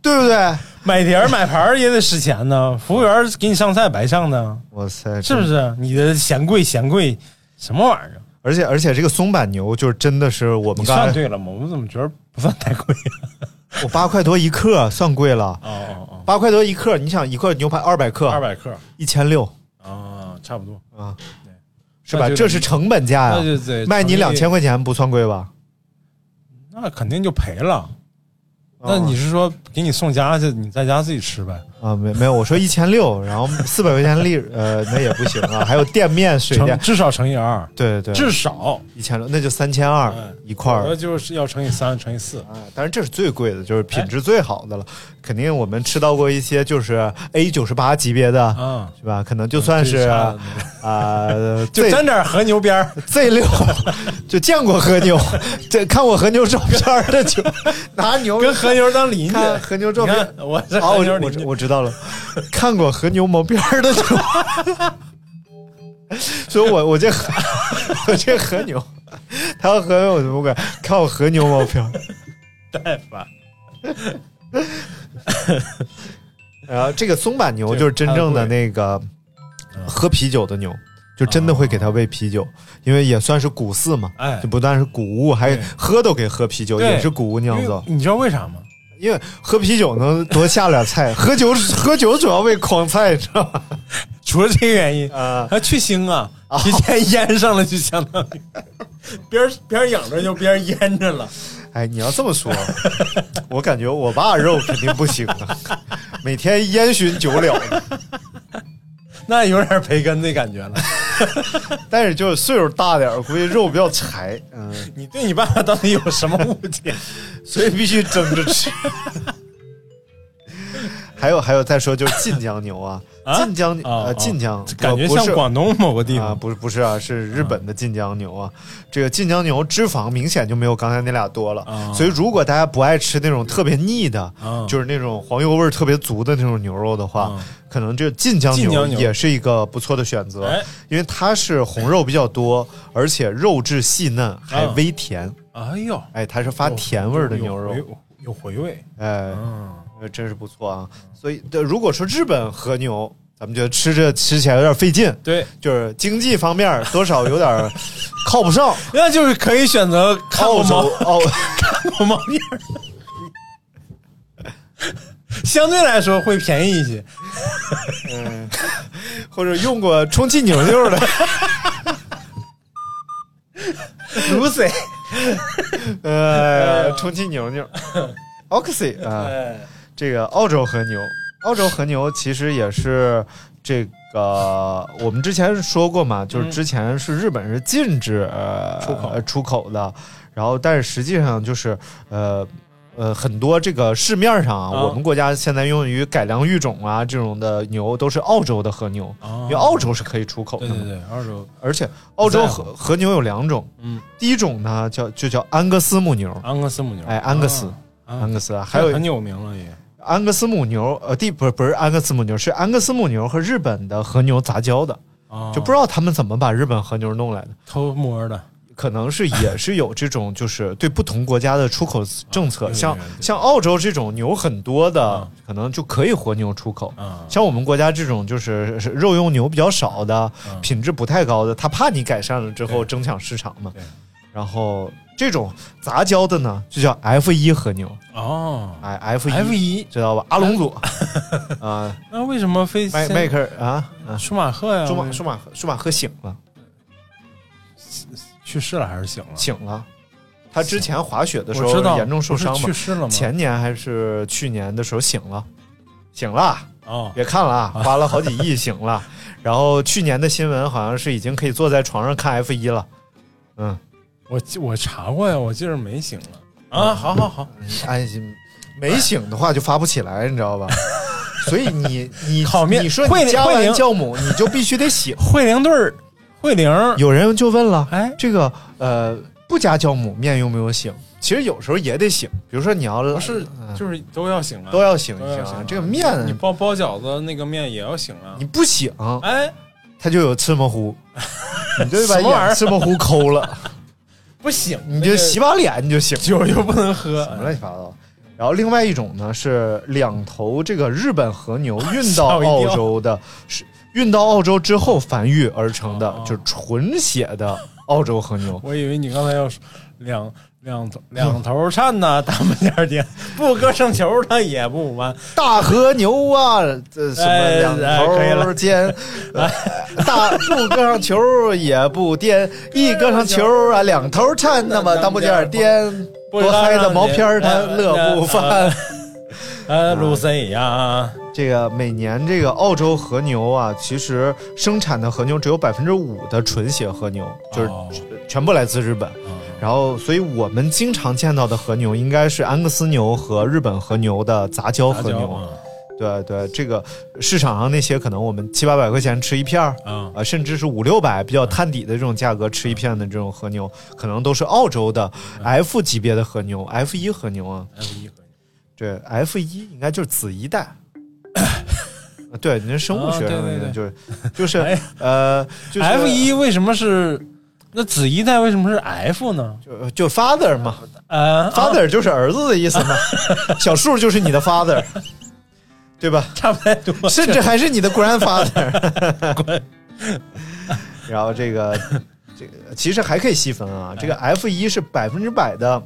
Speaker 9: 对不对？
Speaker 10: 买碟儿、买盘儿也得使钱呢，服务员儿给你上菜白上呢，
Speaker 9: 哇塞，
Speaker 10: 是不？是？你的嫌贵嫌贵，什么玩意儿？啊
Speaker 9: 而且而且这个松板牛就是真的是我
Speaker 10: 你
Speaker 9: 们刚
Speaker 10: 算
Speaker 9: 才
Speaker 10: 对了吗？我怎么觉得不算太贵？
Speaker 9: 我八块多一克算贵了，
Speaker 10: 哦哦
Speaker 9: 八块多一克，你想一块牛排二百克，
Speaker 10: 哦，二百克
Speaker 9: 一千六
Speaker 10: 啊，差不多。
Speaker 9: 啊
Speaker 10: 对，
Speaker 9: 是吧？
Speaker 10: 那就
Speaker 9: 这是成本价
Speaker 10: 那
Speaker 9: 呀，
Speaker 10: 就得
Speaker 9: 卖你
Speaker 10: 乘
Speaker 9: 两
Speaker 10: 以
Speaker 9: 千，块钱不算贵吧？
Speaker 10: 那肯定就赔了。那
Speaker 9: 啊
Speaker 10: 你是说给你送家去，你在家自己吃呗？
Speaker 9: 啊，没没有，我说一千六，然后四百块钱利，呃，那也不行啊，还有店面、水
Speaker 10: 乘
Speaker 9: 电，
Speaker 10: 至少乘以二，
Speaker 9: 对对，
Speaker 10: 至少
Speaker 9: 一千六，那就三千二
Speaker 10: 嗯
Speaker 9: 一块
Speaker 10: 我
Speaker 9: 儿。
Speaker 10: 就是要乘以三，乘以四。
Speaker 9: 啊，当然这是最贵的，就是
Speaker 10: 哎
Speaker 9: 品质最好的了。肯定我们吃到过一些就是 A 九十八级别的，
Speaker 10: 啊，
Speaker 9: 是吧？可能就算是
Speaker 10: 最差的
Speaker 9: 啊
Speaker 10: 就
Speaker 9: Z
Speaker 10: 沾点和牛边儿，
Speaker 9: Z 六，就见过和牛， 这看过和牛照片儿的就 拿牛
Speaker 10: 跟和牛当邻居。
Speaker 9: 看和牛照
Speaker 10: 你
Speaker 9: 片
Speaker 10: 看，我是
Speaker 9: 哦，
Speaker 10: 和牛
Speaker 9: 我知我
Speaker 10: 邻
Speaker 9: 知
Speaker 10: 居，
Speaker 9: 我知道了，看过和牛毛边儿的就， 所以我我这和 我这和牛，他要和牛我怎么管？看我和牛毛边儿，
Speaker 10: 太烦。
Speaker 9: 然后这个松板牛
Speaker 10: 这个
Speaker 9: 就是真正的
Speaker 10: 太贵
Speaker 9: 那个
Speaker 10: 啊嗯
Speaker 9: 喝啤酒的牛，就真的会给它喂啤酒，因为也算是谷饲嘛，
Speaker 10: 哎
Speaker 9: 就，不但是谷物，还
Speaker 10: 对
Speaker 9: 喝都给喝啤酒，
Speaker 10: 对
Speaker 9: 也是谷物
Speaker 10: 因
Speaker 9: 酿
Speaker 10: 为
Speaker 9: 造。
Speaker 10: 你知道为啥吗？
Speaker 9: 因为喝啤酒能多下点菜，喝酒 喝酒主要为狂菜，知道吧？
Speaker 10: 除了这个原因，
Speaker 9: 啊、哦
Speaker 10: 还去腥啊，提前腌上了，就相当于 边儿边儿养着就边儿腌着了。
Speaker 9: 哎，你要这么说，我感觉我爸肉肯定不行啊， 每天烟熏酒了。
Speaker 10: 那有点培根的感觉了。
Speaker 9: 但是就是岁数大点儿，估计肉比较柴，嗯，
Speaker 10: 你对你爸爸到底有什么误解？
Speaker 9: 所以必须蒸着吃。 还有还有，再说就是晋江牛啊，
Speaker 10: 啊
Speaker 9: 晋江、
Speaker 10: 哦
Speaker 9: 呃
Speaker 10: 哦
Speaker 9: 晋江
Speaker 10: 感觉
Speaker 9: 不
Speaker 10: 像
Speaker 9: 是
Speaker 10: 广东某个地
Speaker 9: 啊，
Speaker 10: 方。
Speaker 9: 不是不是啊，是日本的晋江牛啊。这个晋江牛脂肪明显就没有刚才那俩多了，
Speaker 10: 啊
Speaker 9: 所以如果大家不爱吃那种特别腻的，
Speaker 10: 啊
Speaker 9: 就是那种黄油味儿特别足的那种牛肉的话，
Speaker 10: 啊
Speaker 9: 可能这晋江
Speaker 10: 晋
Speaker 9: 牛
Speaker 10: 江牛
Speaker 9: 也是一个不错的选择，
Speaker 10: 哎
Speaker 9: 因为它是红肉比较多，而且肉质细嫩，还微甜。
Speaker 10: 哎呦，
Speaker 9: 哎，它是发甜味儿的牛肉
Speaker 10: 哦有有有回味。
Speaker 9: 哎，
Speaker 10: 嗯，
Speaker 9: 呃真是不错啊。所以，对如果说日本和牛，咱们觉得吃着吃起来有点费劲，
Speaker 10: 对，
Speaker 9: 就是经济方面多少有点靠不上。
Speaker 10: 那就是可以选择看
Speaker 9: 澳
Speaker 10: 过
Speaker 9: 洲
Speaker 10: 猫，
Speaker 9: 澳
Speaker 10: 看过猫腻儿， 相对来说会便宜一些。
Speaker 9: 或者用过充气牛牛的，
Speaker 10: 如此，
Speaker 9: 呃，充气牛牛 ，Oxy 啊、
Speaker 10: 哎
Speaker 9: 这个澳洲和牛，澳洲和牛其实也是这个我们之前说过嘛，就是之前是日本是禁止、呃
Speaker 10: 嗯出口
Speaker 9: 呃出口的，然后但是实际上就是呃。呃，很多这个市面上啊，
Speaker 10: 啊
Speaker 9: 我们国家现在用于改良育种啊这种的牛都是澳洲的和牛，
Speaker 10: 哦
Speaker 9: 因为澳洲是可以出口的
Speaker 10: 对
Speaker 9: 嘛。
Speaker 10: 对对，二手
Speaker 9: 而且澳洲
Speaker 10: 不在
Speaker 9: 和和牛有两种，
Speaker 10: 嗯，
Speaker 9: 第一种呢叫就叫安格斯母牛，
Speaker 10: 安格斯母牛，
Speaker 9: 哎，安格斯，
Speaker 10: 啊，
Speaker 9: 安
Speaker 10: 啊
Speaker 9: 格斯，还有
Speaker 10: 很有名了也。
Speaker 9: 安格斯母牛，呃，第不是不是安格斯母牛，是安格斯母牛和日本的和牛杂交的，
Speaker 10: 啊
Speaker 9: 就不知道他们怎么把日本和牛弄来的，
Speaker 10: 偷摸的，
Speaker 9: 可能是也是有这种就是对不同国家的出口政策，
Speaker 10: 对
Speaker 9: 像
Speaker 10: 对对
Speaker 9: 像澳洲这种牛很多的
Speaker 10: 啊，
Speaker 9: 可能就可以活牛出口。
Speaker 10: 啊，
Speaker 9: 像我们国家这种就是是肉用牛比较少的
Speaker 10: 嗯，
Speaker 9: 品质不太高的，他怕你改善了之后
Speaker 10: 对
Speaker 9: 争抢市场嘛
Speaker 10: 对。
Speaker 9: 然后这种杂交的呢，就叫 F 一和牛，
Speaker 10: 哦
Speaker 9: 哎，F 一
Speaker 10: ，F 一，
Speaker 9: 知道吧？阿
Speaker 10: 呃
Speaker 9: 隆佐啊，
Speaker 10: 那为什么非
Speaker 9: 迈
Speaker 10: 先
Speaker 9: 迈克尔啊啊，
Speaker 10: 舒马赫呀？
Speaker 9: 舒马
Speaker 10: 为
Speaker 9: 舒马赫舒马赫醒了，
Speaker 10: 去世了还是醒了？
Speaker 9: 醒了。他之前滑雪的时
Speaker 10: 我知
Speaker 9: 候
Speaker 10: 道
Speaker 9: 严重受伤
Speaker 10: 不是去，
Speaker 9: 嘛
Speaker 10: 世了吗？
Speaker 9: 前年还是去年的时候醒了，醒了，
Speaker 10: 哦，
Speaker 9: 别看了啊，花了好几亿醒 了。然后去年的新闻好像是已经可以坐在床上看 F 一了，嗯，
Speaker 10: 我记我查过呀，我记着没醒了啊。好好好，
Speaker 9: 安心。哎没醒的话就发不起来，你知 道吧？所以你你
Speaker 10: 烤面
Speaker 9: 你说
Speaker 10: 会
Speaker 9: 你
Speaker 10: 的
Speaker 9: 加
Speaker 10: 会
Speaker 9: 完
Speaker 10: 的
Speaker 9: 酵母，你就必须得醒。
Speaker 10: 惠灵顿儿，惠灵儿，
Speaker 9: 有人就问了，
Speaker 10: 哎
Speaker 9: 这个呃不加酵母面用没有醒？其实有时候也得醒，比如说你要
Speaker 10: 不是就是都要醒了，
Speaker 9: 都要醒
Speaker 10: 都
Speaker 9: 一
Speaker 10: 要
Speaker 9: 下
Speaker 10: 醒
Speaker 9: 啊
Speaker 10: 了，
Speaker 9: 这个面
Speaker 10: 你包包饺子那个面也要醒啊
Speaker 9: 你。不醒，
Speaker 10: 哎，
Speaker 9: 它就有赤 模糊，你就把
Speaker 10: 什么玩意儿
Speaker 9: 眼赤模糊 抠了，
Speaker 10: 不醒
Speaker 9: 你就洗
Speaker 10: 吧，
Speaker 9: 把脸你就 醒，
Speaker 10: 酒又不能喝
Speaker 9: 什么乱七八糟。然后另外一种呢是两头这个日本和牛运到
Speaker 10: 吓我一
Speaker 9: 澳
Speaker 10: 跳
Speaker 9: 洲的，是运到澳洲之后繁育而成的，
Speaker 10: 哦
Speaker 9: 就是纯血的澳洲和牛。
Speaker 10: 我以为你刚才要说两两头两头颤呐，大不点儿点，不搁剩球它也不弯。
Speaker 9: 大和牛啊，这什么
Speaker 10: 哎
Speaker 9: 两
Speaker 10: 哎可以
Speaker 9: 头
Speaker 10: 了
Speaker 9: 尖，
Speaker 10: 哎
Speaker 9: 呃大不搁上球也不颠，一搁上球啊两头颤，那么当不点儿颠，
Speaker 10: 不
Speaker 9: 多嗨的毛片儿他
Speaker 10: 哎哎
Speaker 9: 乐不翻。啊
Speaker 10: 呃，鲁森呀，
Speaker 9: 这个每年这个澳洲和牛啊，其实生产的和牛只有百分之五的纯血和牛，就是
Speaker 10: 哦
Speaker 9: 全部来自日本。然后，所以我们经常见到的和牛应该是安格斯牛和日本和牛的杂交
Speaker 10: 杂
Speaker 9: 和
Speaker 10: 交嗯
Speaker 9: 牛。啊
Speaker 10: 嘛
Speaker 9: 对对，这个市场上那些可能我们七八百块钱吃一片儿，
Speaker 10: 啊
Speaker 9: 啊、甚至是五六百比较摊底的这种价格吃一片的这种和牛，可能都是澳洲的 F 级别的和牛，F 一和牛啊，
Speaker 10: ，F 一和
Speaker 9: 对，F 一应该就是子 一代。啊对，您生物
Speaker 10: 啊
Speaker 9: 学
Speaker 10: 对
Speaker 9: 上
Speaker 10: 对
Speaker 9: 的
Speaker 10: 对
Speaker 9: 就是就是、
Speaker 10: 哎
Speaker 9: 呃，就是
Speaker 10: F 一为什么是那子一代为什么是 F 呢？
Speaker 9: 就就 father 嘛、
Speaker 10: 呃
Speaker 9: f a t h e r 就是儿子的意思 嘛，小树就是你的 father，对吧？
Speaker 10: 差不太多，
Speaker 9: 甚至还是你的 grandfather。然后 这个这个其实还可以细分啊，这个 F 一是百分之百的。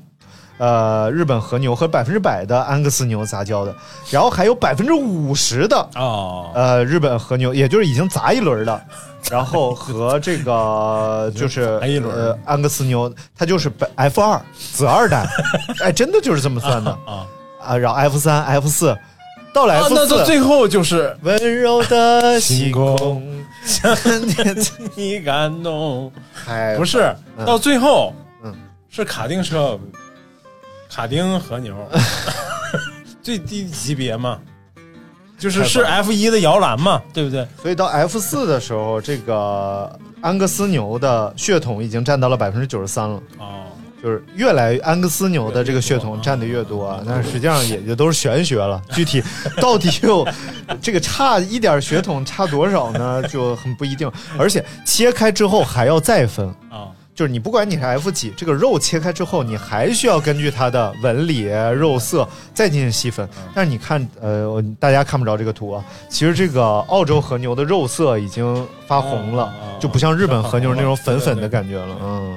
Speaker 9: 呃，日本和牛和百分之百的安格斯牛杂交的，然后还有百分之五十的
Speaker 10: 哦，
Speaker 9: 呃日本和牛，也就是已经杂一轮的，然后和这 个就是
Speaker 10: 杂一轮
Speaker 9: 呃安格斯牛，它就是百 F 二子二 代，哎，真的就是这么算的
Speaker 10: 啊
Speaker 9: 啊，然后 F 三 F 四到了
Speaker 10: 啊
Speaker 9: F 四、
Speaker 10: 那到最后就是
Speaker 9: 温柔的星
Speaker 10: 星
Speaker 9: 空
Speaker 10: 空。你感动，
Speaker 9: 哎，
Speaker 10: 不是
Speaker 9: 嗯
Speaker 10: 到最后，
Speaker 9: 嗯，
Speaker 10: 是卡丁车，卡丁和 牛，最低级别嘛，就是是 F 一的摇篮嘛，对不对？
Speaker 9: 所以到 F 四的时候，这个安格斯牛的血统已经占到了百分之九十三了，
Speaker 10: 哦，
Speaker 9: 就是越来越安格斯牛的这个血统占的越多啊，但是实际上也就都是玄学了，具体到底有这个差一点血统差多少呢，就很不一定，而且切开之后还要再分。
Speaker 10: 啊，
Speaker 9: 就是你不管你是 F 几，这个肉切开之后，你还需要根据它的纹理、肉色再进行细分。
Speaker 10: 嗯
Speaker 9: 但是你看，呃，我大家看不着这个图啊，其实这个澳洲和牛的肉色已经发红
Speaker 10: 嗯
Speaker 9: 了，
Speaker 10: 嗯嗯
Speaker 9: 就不像日本和牛那种粉粉
Speaker 10: 对对
Speaker 9: 的
Speaker 10: 对
Speaker 9: 感觉了。嗯，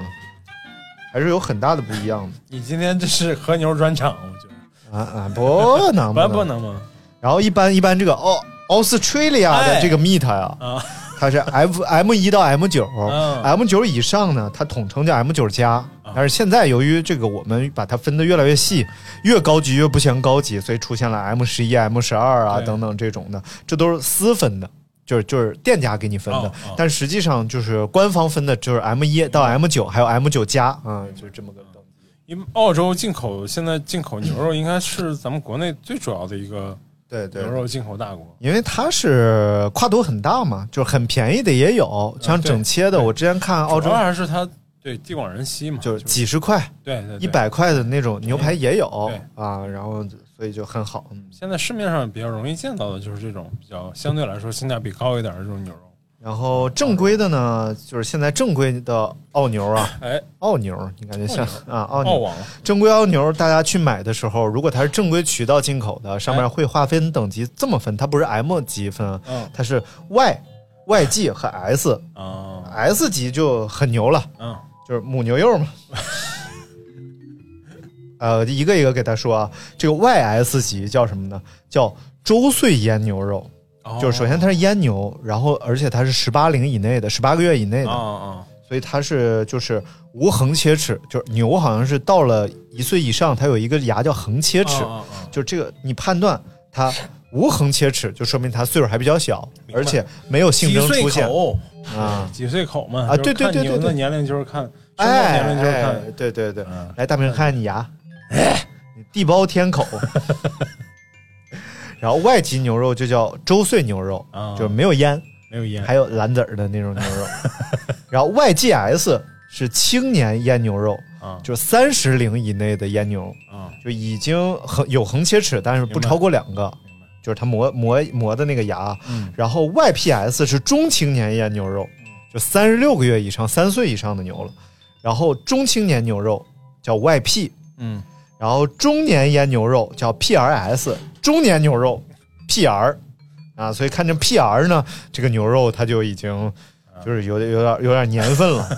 Speaker 9: 还是有很大的不一样
Speaker 10: 你今天这是和牛专场，我觉得
Speaker 9: 的啊啊！ 不能
Speaker 10: 不
Speaker 9: 不
Speaker 10: 不。能吗？
Speaker 9: 然后一般一般这个澳 Australia 的这个 meat 呀、
Speaker 10: 哎啊，
Speaker 9: 它是 F M 一到 M 九、
Speaker 10: 嗯啊
Speaker 9: m 九以上呢，它统称叫 M 九加。但是现在由于这个，我们把它分得越来越细，越高级越不嫌高级，所以出现了 M 十一、M 十二啊
Speaker 10: 对
Speaker 9: 等等这种的，这都是私分的，就是就是店家给你分的。
Speaker 10: 哦哦
Speaker 9: 但实际上就是官方分的，就是 M 一到 M 九，还有 M 九加啊，就是这么个等级。
Speaker 10: 因为澳洲进口现在进口牛肉应该是咱们国内最主要的一个
Speaker 9: 对对
Speaker 10: 牛肉进口大国。
Speaker 9: 因为它是跨度很大嘛，就是很便宜的也有，像
Speaker 10: 对
Speaker 9: 整切的，
Speaker 10: 啊对
Speaker 9: 我之前看澳
Speaker 10: 主
Speaker 9: 洲
Speaker 10: 要还是它对地广人稀嘛，
Speaker 9: 就是几十块、
Speaker 10: 对对对
Speaker 9: 一百块的那种牛排也有
Speaker 10: 对
Speaker 9: 啊，然后所以就很好。嗯
Speaker 10: 现在市面上比较容易见到的就是这种比较相对来说性价比高一点的这种牛肉。
Speaker 9: 然后正规的呢，就是现在正规的澳牛 啊，
Speaker 10: 哎，
Speaker 9: 澳牛，你感觉像啊澳
Speaker 10: 澳
Speaker 9: 牛
Speaker 10: 网
Speaker 9: 正规澳牛，大家去买的时候，如果它是正规渠道进口的，上
Speaker 10: 哎
Speaker 9: 面会划分等级这么分，它不是 M 级分啊
Speaker 10: 嗯，
Speaker 9: 它是 Y、YG 和 S。
Speaker 10: 啊，
Speaker 9: S 级就很牛了，
Speaker 10: 嗯，
Speaker 9: 就是母牛肉嘛。 呃，一个一个给他说啊，这个 YS 级叫什么呢？叫周岁腌牛肉，
Speaker 10: 哦
Speaker 9: 就是首先它是腌牛，然后而且它是十八龄以内的，十八个月以内的，
Speaker 10: 啊啊
Speaker 9: 所以它是就是无横切齿，就是牛好像是到了一岁以上，它有一个牙叫横切齿，
Speaker 10: 啊啊
Speaker 9: 就这个你判断它无横切齿，就说明它岁数还比较小，
Speaker 10: 明白
Speaker 9: 而且没有性
Speaker 10: 几
Speaker 9: 征出
Speaker 10: 岁
Speaker 9: 现
Speaker 10: 口
Speaker 9: 啊。
Speaker 10: 几岁口嘛
Speaker 9: 啊
Speaker 10: 就是
Speaker 9: 对对对
Speaker 10: 看牛
Speaker 9: 对对
Speaker 10: 的年龄就是看，生的
Speaker 9: 哎，
Speaker 10: 年龄就是看
Speaker 9: 哎对对对，
Speaker 10: 嗯
Speaker 9: 来大明看看你牙，哎你地包天 口。然后外籍牛肉就叫周岁牛肉，
Speaker 10: 啊
Speaker 9: 就是没有烟，
Speaker 10: 没有烟，
Speaker 9: 还有蓝籽儿的那种牛肉。 然后 YGS 是青年腌牛肉，
Speaker 10: 啊
Speaker 9: 就是三十龄以内的腌牛，
Speaker 10: 啊
Speaker 9: 就已经横有横切齿，但是不
Speaker 10: 明白
Speaker 9: 超过两个
Speaker 10: 白，嗯
Speaker 9: 就是它磨磨磨的那个牙。然后 YPS 是中青年腌牛肉，就三十六个月以上、三岁以上的牛了。然后中青年牛肉叫 YP，
Speaker 10: 嗯
Speaker 9: 然后中年腌牛肉叫 PRS，中年牛肉 PR 啊，所以看这 PR 呢，这个牛肉它就已经
Speaker 10: 啊
Speaker 9: 就是有点有点有点年份了。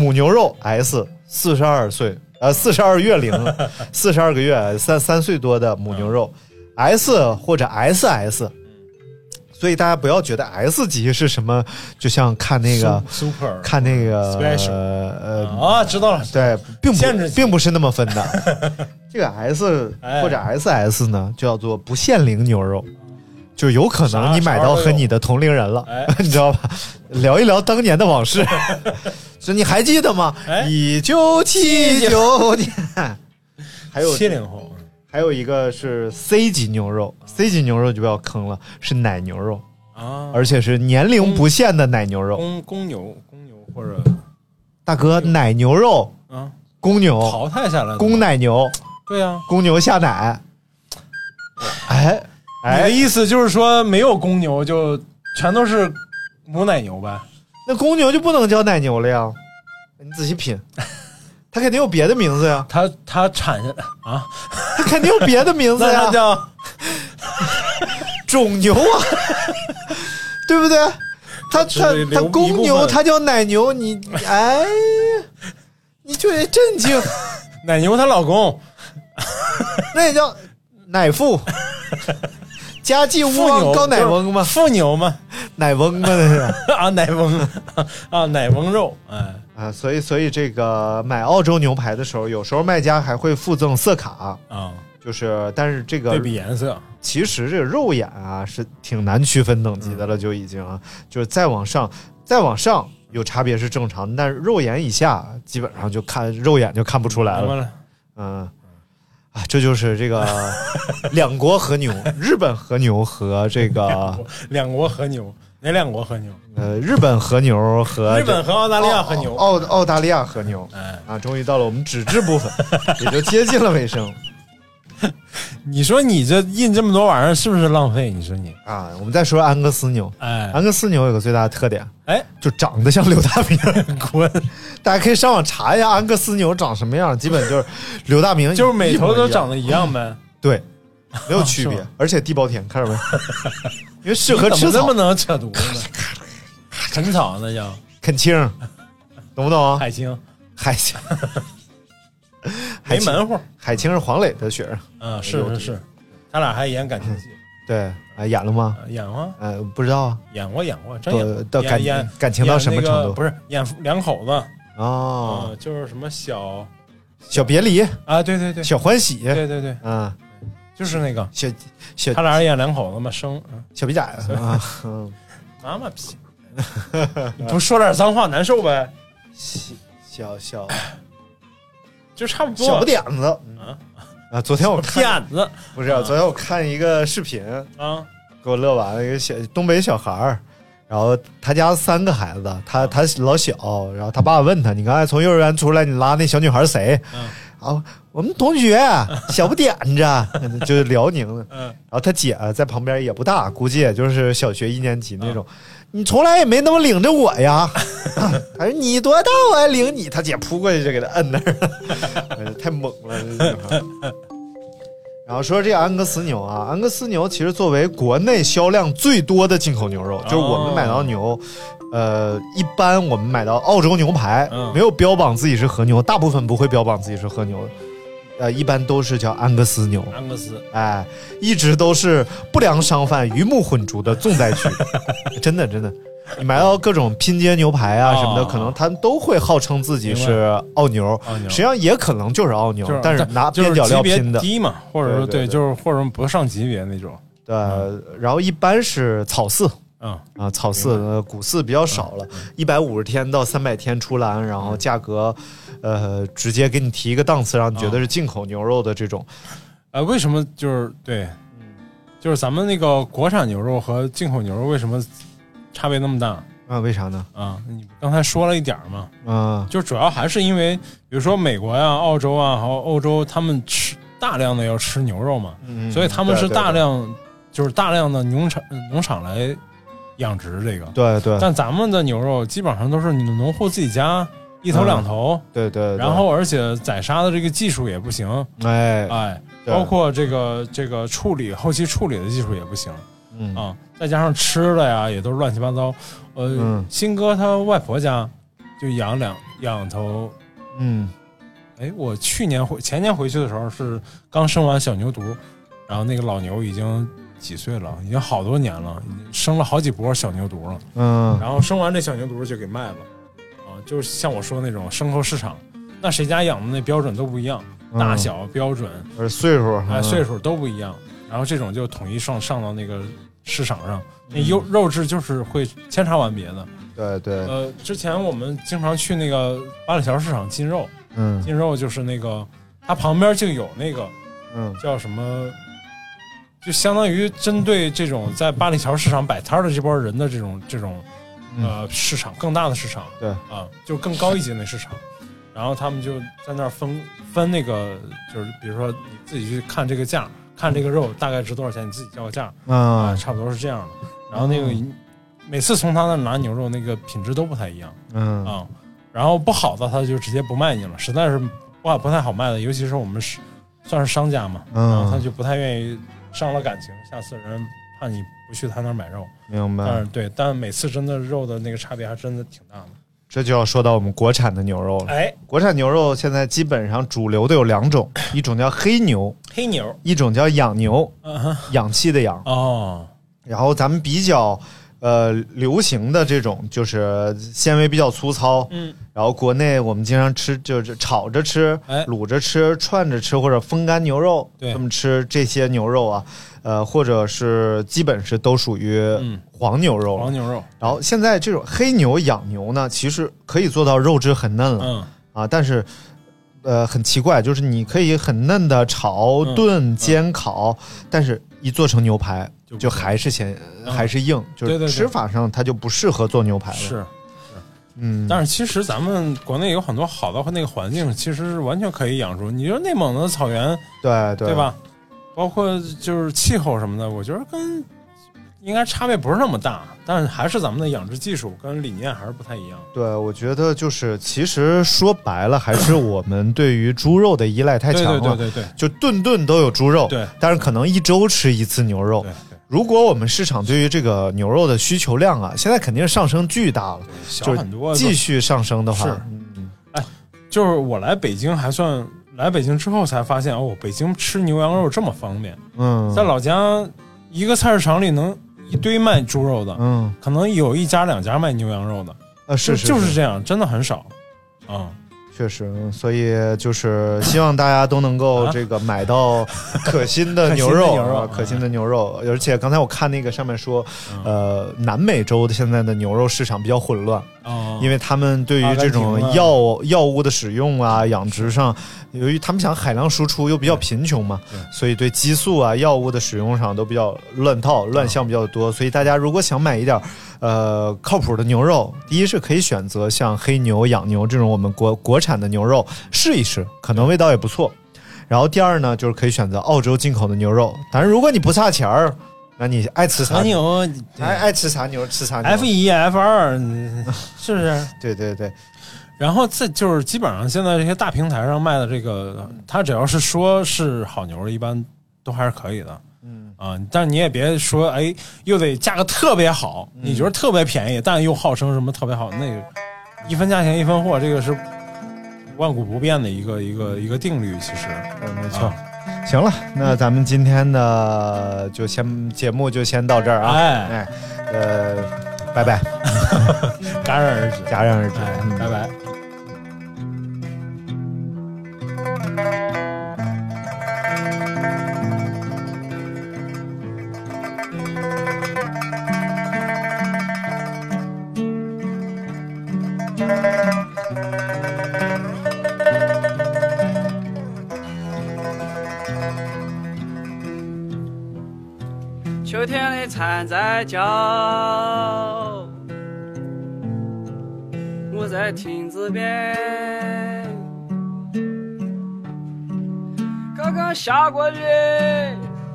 Speaker 9: 母牛肉 S 四十二岁，呃，四十二月龄了，四十二个月，三三岁多的母牛肉
Speaker 10: 啊
Speaker 9: S 或者 SS。所以大家不要觉得 S 级是什么，就像看那个
Speaker 10: Su- super
Speaker 9: 看那个
Speaker 10: special
Speaker 9: 呃
Speaker 10: 啊，知道了，
Speaker 9: 对，并
Speaker 10: 限制
Speaker 9: 不
Speaker 10: 级
Speaker 9: 并不是那么分的。 这个 S
Speaker 10: 哎
Speaker 9: 或者 SS 呢，就叫做不限龄牛肉，就有可
Speaker 10: 啥
Speaker 9: 能你买到
Speaker 10: 啥都有
Speaker 9: 和你的同龄人了
Speaker 10: 哎，
Speaker 9: 你知道吧？聊一聊当年的往事， 这你还记得吗
Speaker 10: 哎？
Speaker 9: 一九七九年，还有
Speaker 10: 七零后
Speaker 9: 还有一个是 C 级牛肉，C 级牛肉就不要坑了，是奶牛肉，
Speaker 10: 啊，
Speaker 9: 而且是年龄不限的奶牛肉。
Speaker 10: 公公牛公牛或者
Speaker 9: 大哥，奶牛肉，
Speaker 10: 啊
Speaker 9: 公牛，
Speaker 10: 嗯淘汰下来的
Speaker 9: 哦公奶牛。
Speaker 10: 对啊呀。
Speaker 9: 公牛下奶。哎
Speaker 10: 你的
Speaker 9: 哎，
Speaker 10: 意思就是说没有公牛就全都是母奶牛呗？
Speaker 9: 那公牛就不能叫奶牛了呀？你仔 细品，它肯定有别的名字呀，
Speaker 10: 它它产下啊，
Speaker 9: 它肯定有别的名字
Speaker 10: 那
Speaker 9: 呀
Speaker 10: 它，叫
Speaker 9: 种牛啊， 对不对？它
Speaker 10: 只
Speaker 9: 它
Speaker 10: 留
Speaker 9: 它
Speaker 10: 一
Speaker 9: 公
Speaker 10: 部
Speaker 9: 牛，
Speaker 10: 分
Speaker 9: 它叫奶牛，你哎，你就得震惊，
Speaker 10: 奶牛，她老公
Speaker 9: 那也叫奶 妇。家祭巫
Speaker 10: 富
Speaker 9: 王
Speaker 10: 牛
Speaker 9: 高奶翁
Speaker 10: 就是
Speaker 9: 吗？
Speaker 10: 富牛吗？
Speaker 9: 奶翁吗？那是。
Speaker 10: 啊，奶翁啊，奶翁肉，哎，
Speaker 9: 啊，所以所以这个买澳洲牛排的时候，有时候卖家还会附赠色卡，
Speaker 10: 啊，
Speaker 9: 就是但是这
Speaker 10: 对
Speaker 9: 个
Speaker 10: 比颜色，
Speaker 9: 其实这个肉眼啊是挺难区分等级
Speaker 10: 嗯
Speaker 9: 的了，就已经啊，就是再往上再往上有差别是正常的，但是肉眼以下基本上就看肉眼就看不出来
Speaker 10: 明白
Speaker 9: 了，
Speaker 10: 了，
Speaker 9: 嗯。啊，这就是 这个两国和牛，日本和牛和这个
Speaker 10: 两国和牛，哪两国和牛？
Speaker 9: 呃日本和牛和
Speaker 10: 日本和澳大利亚和牛，
Speaker 9: 哦澳澳大利亚和牛，
Speaker 10: 哎，
Speaker 9: 啊，终于到了我们纸质部分，也就接近了尾声。
Speaker 10: 你说你这印这么多玩意儿是不是浪费？你说你，
Speaker 9: 啊。我们再说安格斯牛，
Speaker 10: 哎
Speaker 9: 安格斯牛有个最大的特点，
Speaker 10: 哎，
Speaker 9: 就长得像刘大明。
Speaker 10: 滚！
Speaker 9: 大家可以上网查一下安格斯牛长什么样，基本就是刘大明一模一样，
Speaker 10: 就是每头都长得一样呗。
Speaker 9: 对，没有区
Speaker 10: 是
Speaker 9: 别
Speaker 10: 吗，
Speaker 9: 而且地包天，看着没 有？因为适
Speaker 10: 怎
Speaker 9: 合吃
Speaker 10: 么这
Speaker 9: 草
Speaker 10: 么，能扯犊子？啃草那叫
Speaker 9: 啃青，懂不懂？啊
Speaker 10: 海清，
Speaker 9: 海青，海
Speaker 10: 没
Speaker 9: 清
Speaker 10: 门户。
Speaker 9: 海啊清是黄磊的学生，
Speaker 10: 嗯，是是是，他俩还演感情戏，
Speaker 9: 对，啊，演了吗？
Speaker 10: 呃演过
Speaker 9: 呃，不知道啊，
Speaker 10: 演过演过，真演
Speaker 9: 到
Speaker 10: 过
Speaker 9: 到
Speaker 10: 演
Speaker 9: 感
Speaker 10: 演
Speaker 9: 感情到什么
Speaker 10: 演那
Speaker 9: 程
Speaker 10: 个
Speaker 9: 度？
Speaker 10: 不是演两口子，
Speaker 9: 哦，
Speaker 10: 嗯，就是什么小
Speaker 9: 小别离，
Speaker 10: 啊，对对对，
Speaker 9: 小欢喜，
Speaker 10: 对对对，
Speaker 9: 嗯，
Speaker 10: 就是那个，
Speaker 9: 小小
Speaker 10: 他俩演两口子嘛，生嗯
Speaker 9: 小逼崽 子啊，嗯
Speaker 10: 妈妈 逼，你不说点脏话难受呗，
Speaker 9: 小小
Speaker 10: 就差不多。
Speaker 9: 小不点子，嗯啊，昨天我看
Speaker 10: 骗子嗯
Speaker 9: 不是啊，昨天我看一个视频，
Speaker 10: 啊，
Speaker 9: 给我乐完了，一个小东北小孩儿，然后他家三个孩子，他他老小，然后他爸问他，你刚才从幼儿园出来，你拉那小女孩谁？啊，我们同学啊小不点着，就是辽宁的。
Speaker 10: 嗯
Speaker 9: 然后他姐啊在旁边也不大，估计也就是小学一年级那种。你从来也没那么领着我呀！他说你多大我还领你，他姐扑过去就给他摁那儿了，哎太猛了。这女孩然后说这个安格斯牛啊，安格斯牛其实作为国内销量最多的进口牛肉，就是我们买到牛，呃，一般我们买到澳洲牛排、
Speaker 10: 嗯
Speaker 9: 没有标榜自己是和牛，大部分不会标榜自己是和牛的，呃，一般都是叫安格斯牛，
Speaker 10: 安格斯，
Speaker 9: 哎，一直都是不良商贩鱼目混珠的重灾 区，真的真的。你买到各种拼接牛排啊
Speaker 10: 哦
Speaker 9: 什么的，可能他们都会号称自己是澳牛，
Speaker 10: 澳牛
Speaker 9: 实际上也可能就是澳牛，
Speaker 10: 就是
Speaker 9: 但是拿
Speaker 10: 就
Speaker 9: 边
Speaker 10: 是
Speaker 9: 角料
Speaker 10: 级别
Speaker 9: 拼的。
Speaker 10: 低嘛，或者说
Speaker 9: 对对对
Speaker 10: 就是或者不上级别那种，
Speaker 9: 呃，然后一般是草饲
Speaker 10: 嗯，
Speaker 9: 啊，草饲、呃、谷饲比较少了，一百五十天到三百天出栏，然后价格，呃，直接给你提一个档次，让你觉得是进口牛肉的这种。
Speaker 10: 呃，为什么就是对，
Speaker 9: 嗯
Speaker 10: 就是咱们那个国产牛肉和进口牛肉为什么差别那么大
Speaker 9: 啊，为啥呢？
Speaker 10: 啊？
Speaker 9: 嗯
Speaker 10: 你刚才说了一点儿嘛，
Speaker 9: 啊，
Speaker 10: 就主要还是因为，比如说美国呀、澳洲啊，还有欧洲，他们吃大量的要吃牛肉嘛，
Speaker 9: 嗯
Speaker 10: 所以他们是
Speaker 9: 对对
Speaker 10: 大量就是大量的农场农场来养殖这个。
Speaker 9: 对对
Speaker 10: 但咱们的牛肉基本上都是你们农户自己家一头
Speaker 9: 嗯
Speaker 10: 两头，
Speaker 9: 对对对，
Speaker 10: 然后而且宰杀的这个技术也不行，
Speaker 9: 哎，
Speaker 10: 哎，
Speaker 9: 对
Speaker 10: 包括这个这个处理后期处理的技术也不行
Speaker 9: 嗯
Speaker 10: 啊，再加上吃的呀也都是乱七八糟。呃，
Speaker 9: 嗯
Speaker 10: 新哥他外婆家就养两养头
Speaker 9: 嗯
Speaker 10: 哎，我去年回前年回去的时候是刚生完小牛犊，然后那个老牛已经几岁了，已经好多年了，已经生了好几波小牛犊了。
Speaker 9: 嗯
Speaker 10: 然后生完这小牛犊就给卖了，啊，就是像我说的那种牲口市场，那谁家养的那标准都不一样，
Speaker 9: 嗯
Speaker 10: 大小标准，
Speaker 9: 而岁数，
Speaker 10: 哎，
Speaker 9: 嗯
Speaker 10: 岁数都不一样。然后这种就统一上上到那个市场上，那肉肉质就是会千差万别的。
Speaker 9: 对嗯对，
Speaker 10: 呃，之前我们经常去那个八里桥市场进肉，
Speaker 9: 嗯
Speaker 10: 进肉就是那个，它旁边就有那个
Speaker 9: 嗯
Speaker 10: 叫什么，就相当于针对这种在八里桥市场摆摊儿的这波人的这种这种
Speaker 9: 嗯
Speaker 10: 呃市场更大的市场，
Speaker 9: 对
Speaker 10: 啊，就更高一级的那市场，然后他们就在那儿分分那个，就是比如说你自己去看这个价，看这个肉大概值多少钱，你自己叫个价啊，
Speaker 9: 啊嗯
Speaker 10: 差不多是这样的。然后那个每次从他那儿拿牛肉，那个品质都不太一样。
Speaker 9: 嗯
Speaker 10: 啊、然后不好的他就直接不卖你了，实在是不好不太好卖的，尤其是我们是算是商家嘛，然后他
Speaker 9: 嗯，
Speaker 10: 就不太愿意伤了感情，下次人怕你不去他那儿买肉，但
Speaker 9: 明白，
Speaker 10: 是对，但每次真的肉的那个差别还真的挺大的。
Speaker 9: 这就要说到我们国产的牛肉了。
Speaker 10: 哎，
Speaker 9: 国产牛肉现在基本上主流的有两种，一种叫黑牛，
Speaker 10: 黑牛，
Speaker 9: 一种叫养牛，
Speaker 10: 嗯哼
Speaker 9: 氧气的氧。
Speaker 10: 哦，
Speaker 9: 然后咱们比较呃流行的这种就是纤维比较粗糙，
Speaker 10: 嗯，
Speaker 9: 然后国内我们经常吃就是炒着吃、
Speaker 10: 哎
Speaker 9: 卤着吃、串着吃或者风干牛肉，
Speaker 10: 对
Speaker 9: 这么吃这些牛肉啊，呃，或者是基本是都属于
Speaker 10: 嗯
Speaker 9: 黄牛肉了。
Speaker 10: 黄牛肉，
Speaker 9: 然后现在这种黑牛、养牛呢，其实可以做到肉质很嫩了，
Speaker 10: 嗯，
Speaker 9: 啊，但是呃很奇怪，就是你可以很嫩的炒、
Speaker 10: 嗯
Speaker 9: 炖、煎、烤，但是一做成牛排
Speaker 10: 就不
Speaker 9: 就
Speaker 10: 行
Speaker 9: 还是嫌、
Speaker 10: 嗯
Speaker 9: 还是硬，就
Speaker 10: 对对
Speaker 9: 是
Speaker 10: 对
Speaker 9: 吃法上它就不适合做牛排了。，
Speaker 10: 是。
Speaker 9: 嗯，
Speaker 10: 但是其实咱们国内有很多好的那个环境，其实是完全可以养出。你说内蒙的草原，
Speaker 9: 对对
Speaker 10: 对？吧？包括就是气候什么的，我觉得跟应该差别不是那么大，但还是咱们的养殖技术跟理念还是不太一样。
Speaker 9: 对，我觉得就是，其实说白了，还是我们对于猪肉的依赖太
Speaker 10: 对
Speaker 9: 强了。
Speaker 10: 对对对对
Speaker 9: 就顿顿都有猪肉，
Speaker 10: 对
Speaker 9: 但是可能一周吃一次牛肉
Speaker 10: 对。对，
Speaker 9: 如果我们市场对于这个牛肉的需求量啊，现在肯定是上升巨大了，
Speaker 10: 小
Speaker 9: 就是
Speaker 10: 很多。
Speaker 9: 继续上升的话
Speaker 10: 是，就是我来北京还算来北京之后才发现哦，北京吃牛羊肉这么方便。
Speaker 9: 嗯，
Speaker 10: 在老家一个菜市场里能一堆卖猪肉的，
Speaker 9: 嗯
Speaker 10: 可能有一家两家卖牛羊肉的，
Speaker 9: 呃是
Speaker 10: 啊就是是这样，真的很少。啊、
Speaker 9: 确实，嗯所以就是希望大家都能够
Speaker 10: 啊
Speaker 9: 这个买 到可心的牛
Speaker 10: 可
Speaker 9: 肉，
Speaker 10: 心的牛肉
Speaker 9: 啊可心的牛肉。而且刚才我看那个上面说，
Speaker 10: 嗯
Speaker 9: 呃，南美洲的现在的牛肉市场比较混乱，
Speaker 10: 哦
Speaker 9: 因为他们对于这种
Speaker 10: 阿根廷啊
Speaker 9: 药药物的使用啊、养殖上，由于他们想海量输出又比较贫穷嘛
Speaker 10: 对，
Speaker 9: 所以对激素啊、药物的使用上都比较乱
Speaker 10: 啊
Speaker 9: 套、乱象比较多。所以大家如果想买一点儿呃靠谱的牛肉，第一是可以选择像黑牛、养牛这种我们国国产的牛肉试一试，可能味道也不错。然后第二呢，就是可以选择澳洲进口的牛肉。当然，如果你不差钱儿，那你爱吃啥
Speaker 10: 很
Speaker 9: 牛，
Speaker 10: 有
Speaker 9: 爱爱吃啥牛吃啥牛。
Speaker 10: F E 一 F 二，是不是？
Speaker 9: 对对对，
Speaker 10: 然后再就是基本上现在这些大平台上卖的这个，它只要是说是好牛的，一般都还是可以的。嗯啊，但你也别说哎，又得价格特别好，你觉得特别便宜，但又号称什么特别好，那个一分价钱一分货，这个是万古不变的一个一个一个定律。其实，
Speaker 9: 嗯，没错。
Speaker 10: 啊，
Speaker 9: 行了，那咱们今天的就先节目就先到这儿啊，
Speaker 10: 哎
Speaker 9: 哎，呃，拜拜，
Speaker 10: 戛然而止，
Speaker 9: 戛然而止，
Speaker 10: 哎
Speaker 9: 嗯，
Speaker 10: 拜拜。
Speaker 1: 秋天的蝉在叫，我在亭子边。刚刚下过雨，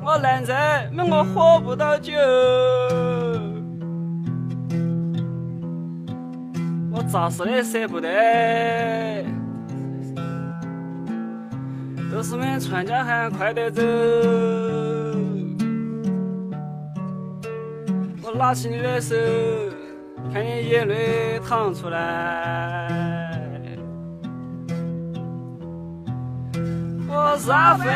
Speaker 1: 我懒着，没我喝不到酒。我咋死也舍不得，都是俺船家喊快点走。我拉起你的手，看你眼泪淌出来。我是阿飞，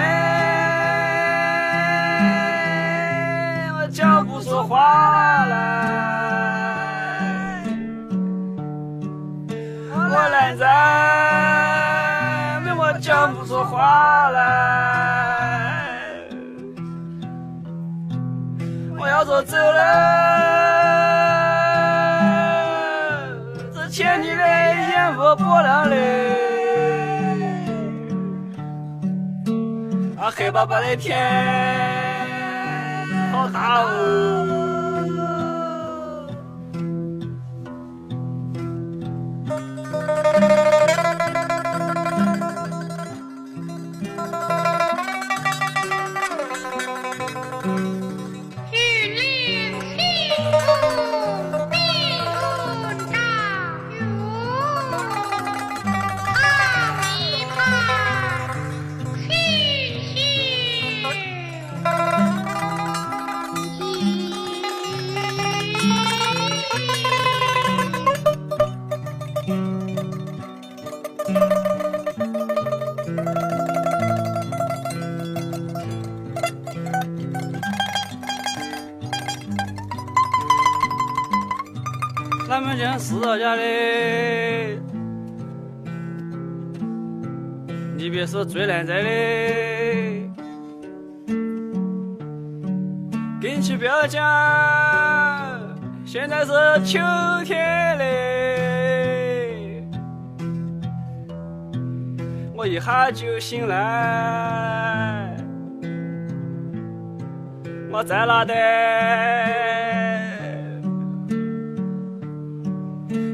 Speaker 1: 我讲不出话来，我懒在，没我讲不出话来。我要走走了，这千里的烟波波浪嘞，啊黑巴巴的天，好大哦。
Speaker 2: 日令西出，命运当如。好一盘心事。
Speaker 1: 他们讲是老家的。你别说最难在的，跟去表讲，现在是秋天嘞，我一下就醒来。我在哪的？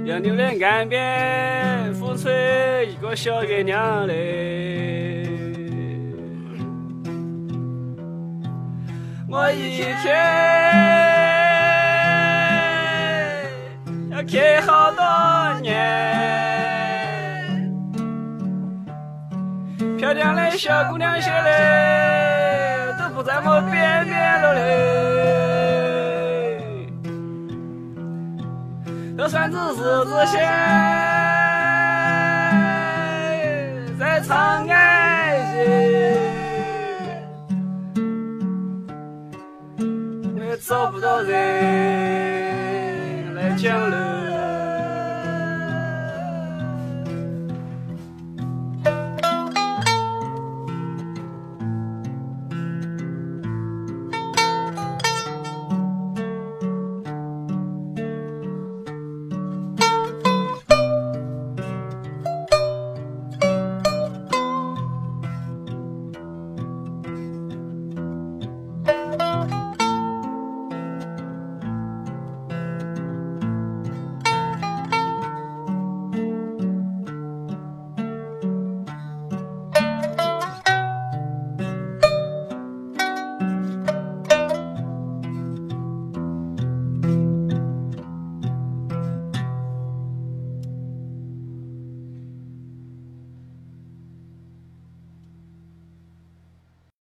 Speaker 1: 杨柳的岸边，风吹一个小月亮嘞。我一天要开好多年。漂亮的小姑娘些嘞，都不在我边边了嘞。就算只是只些在唱爱情，也找不到人来讲了。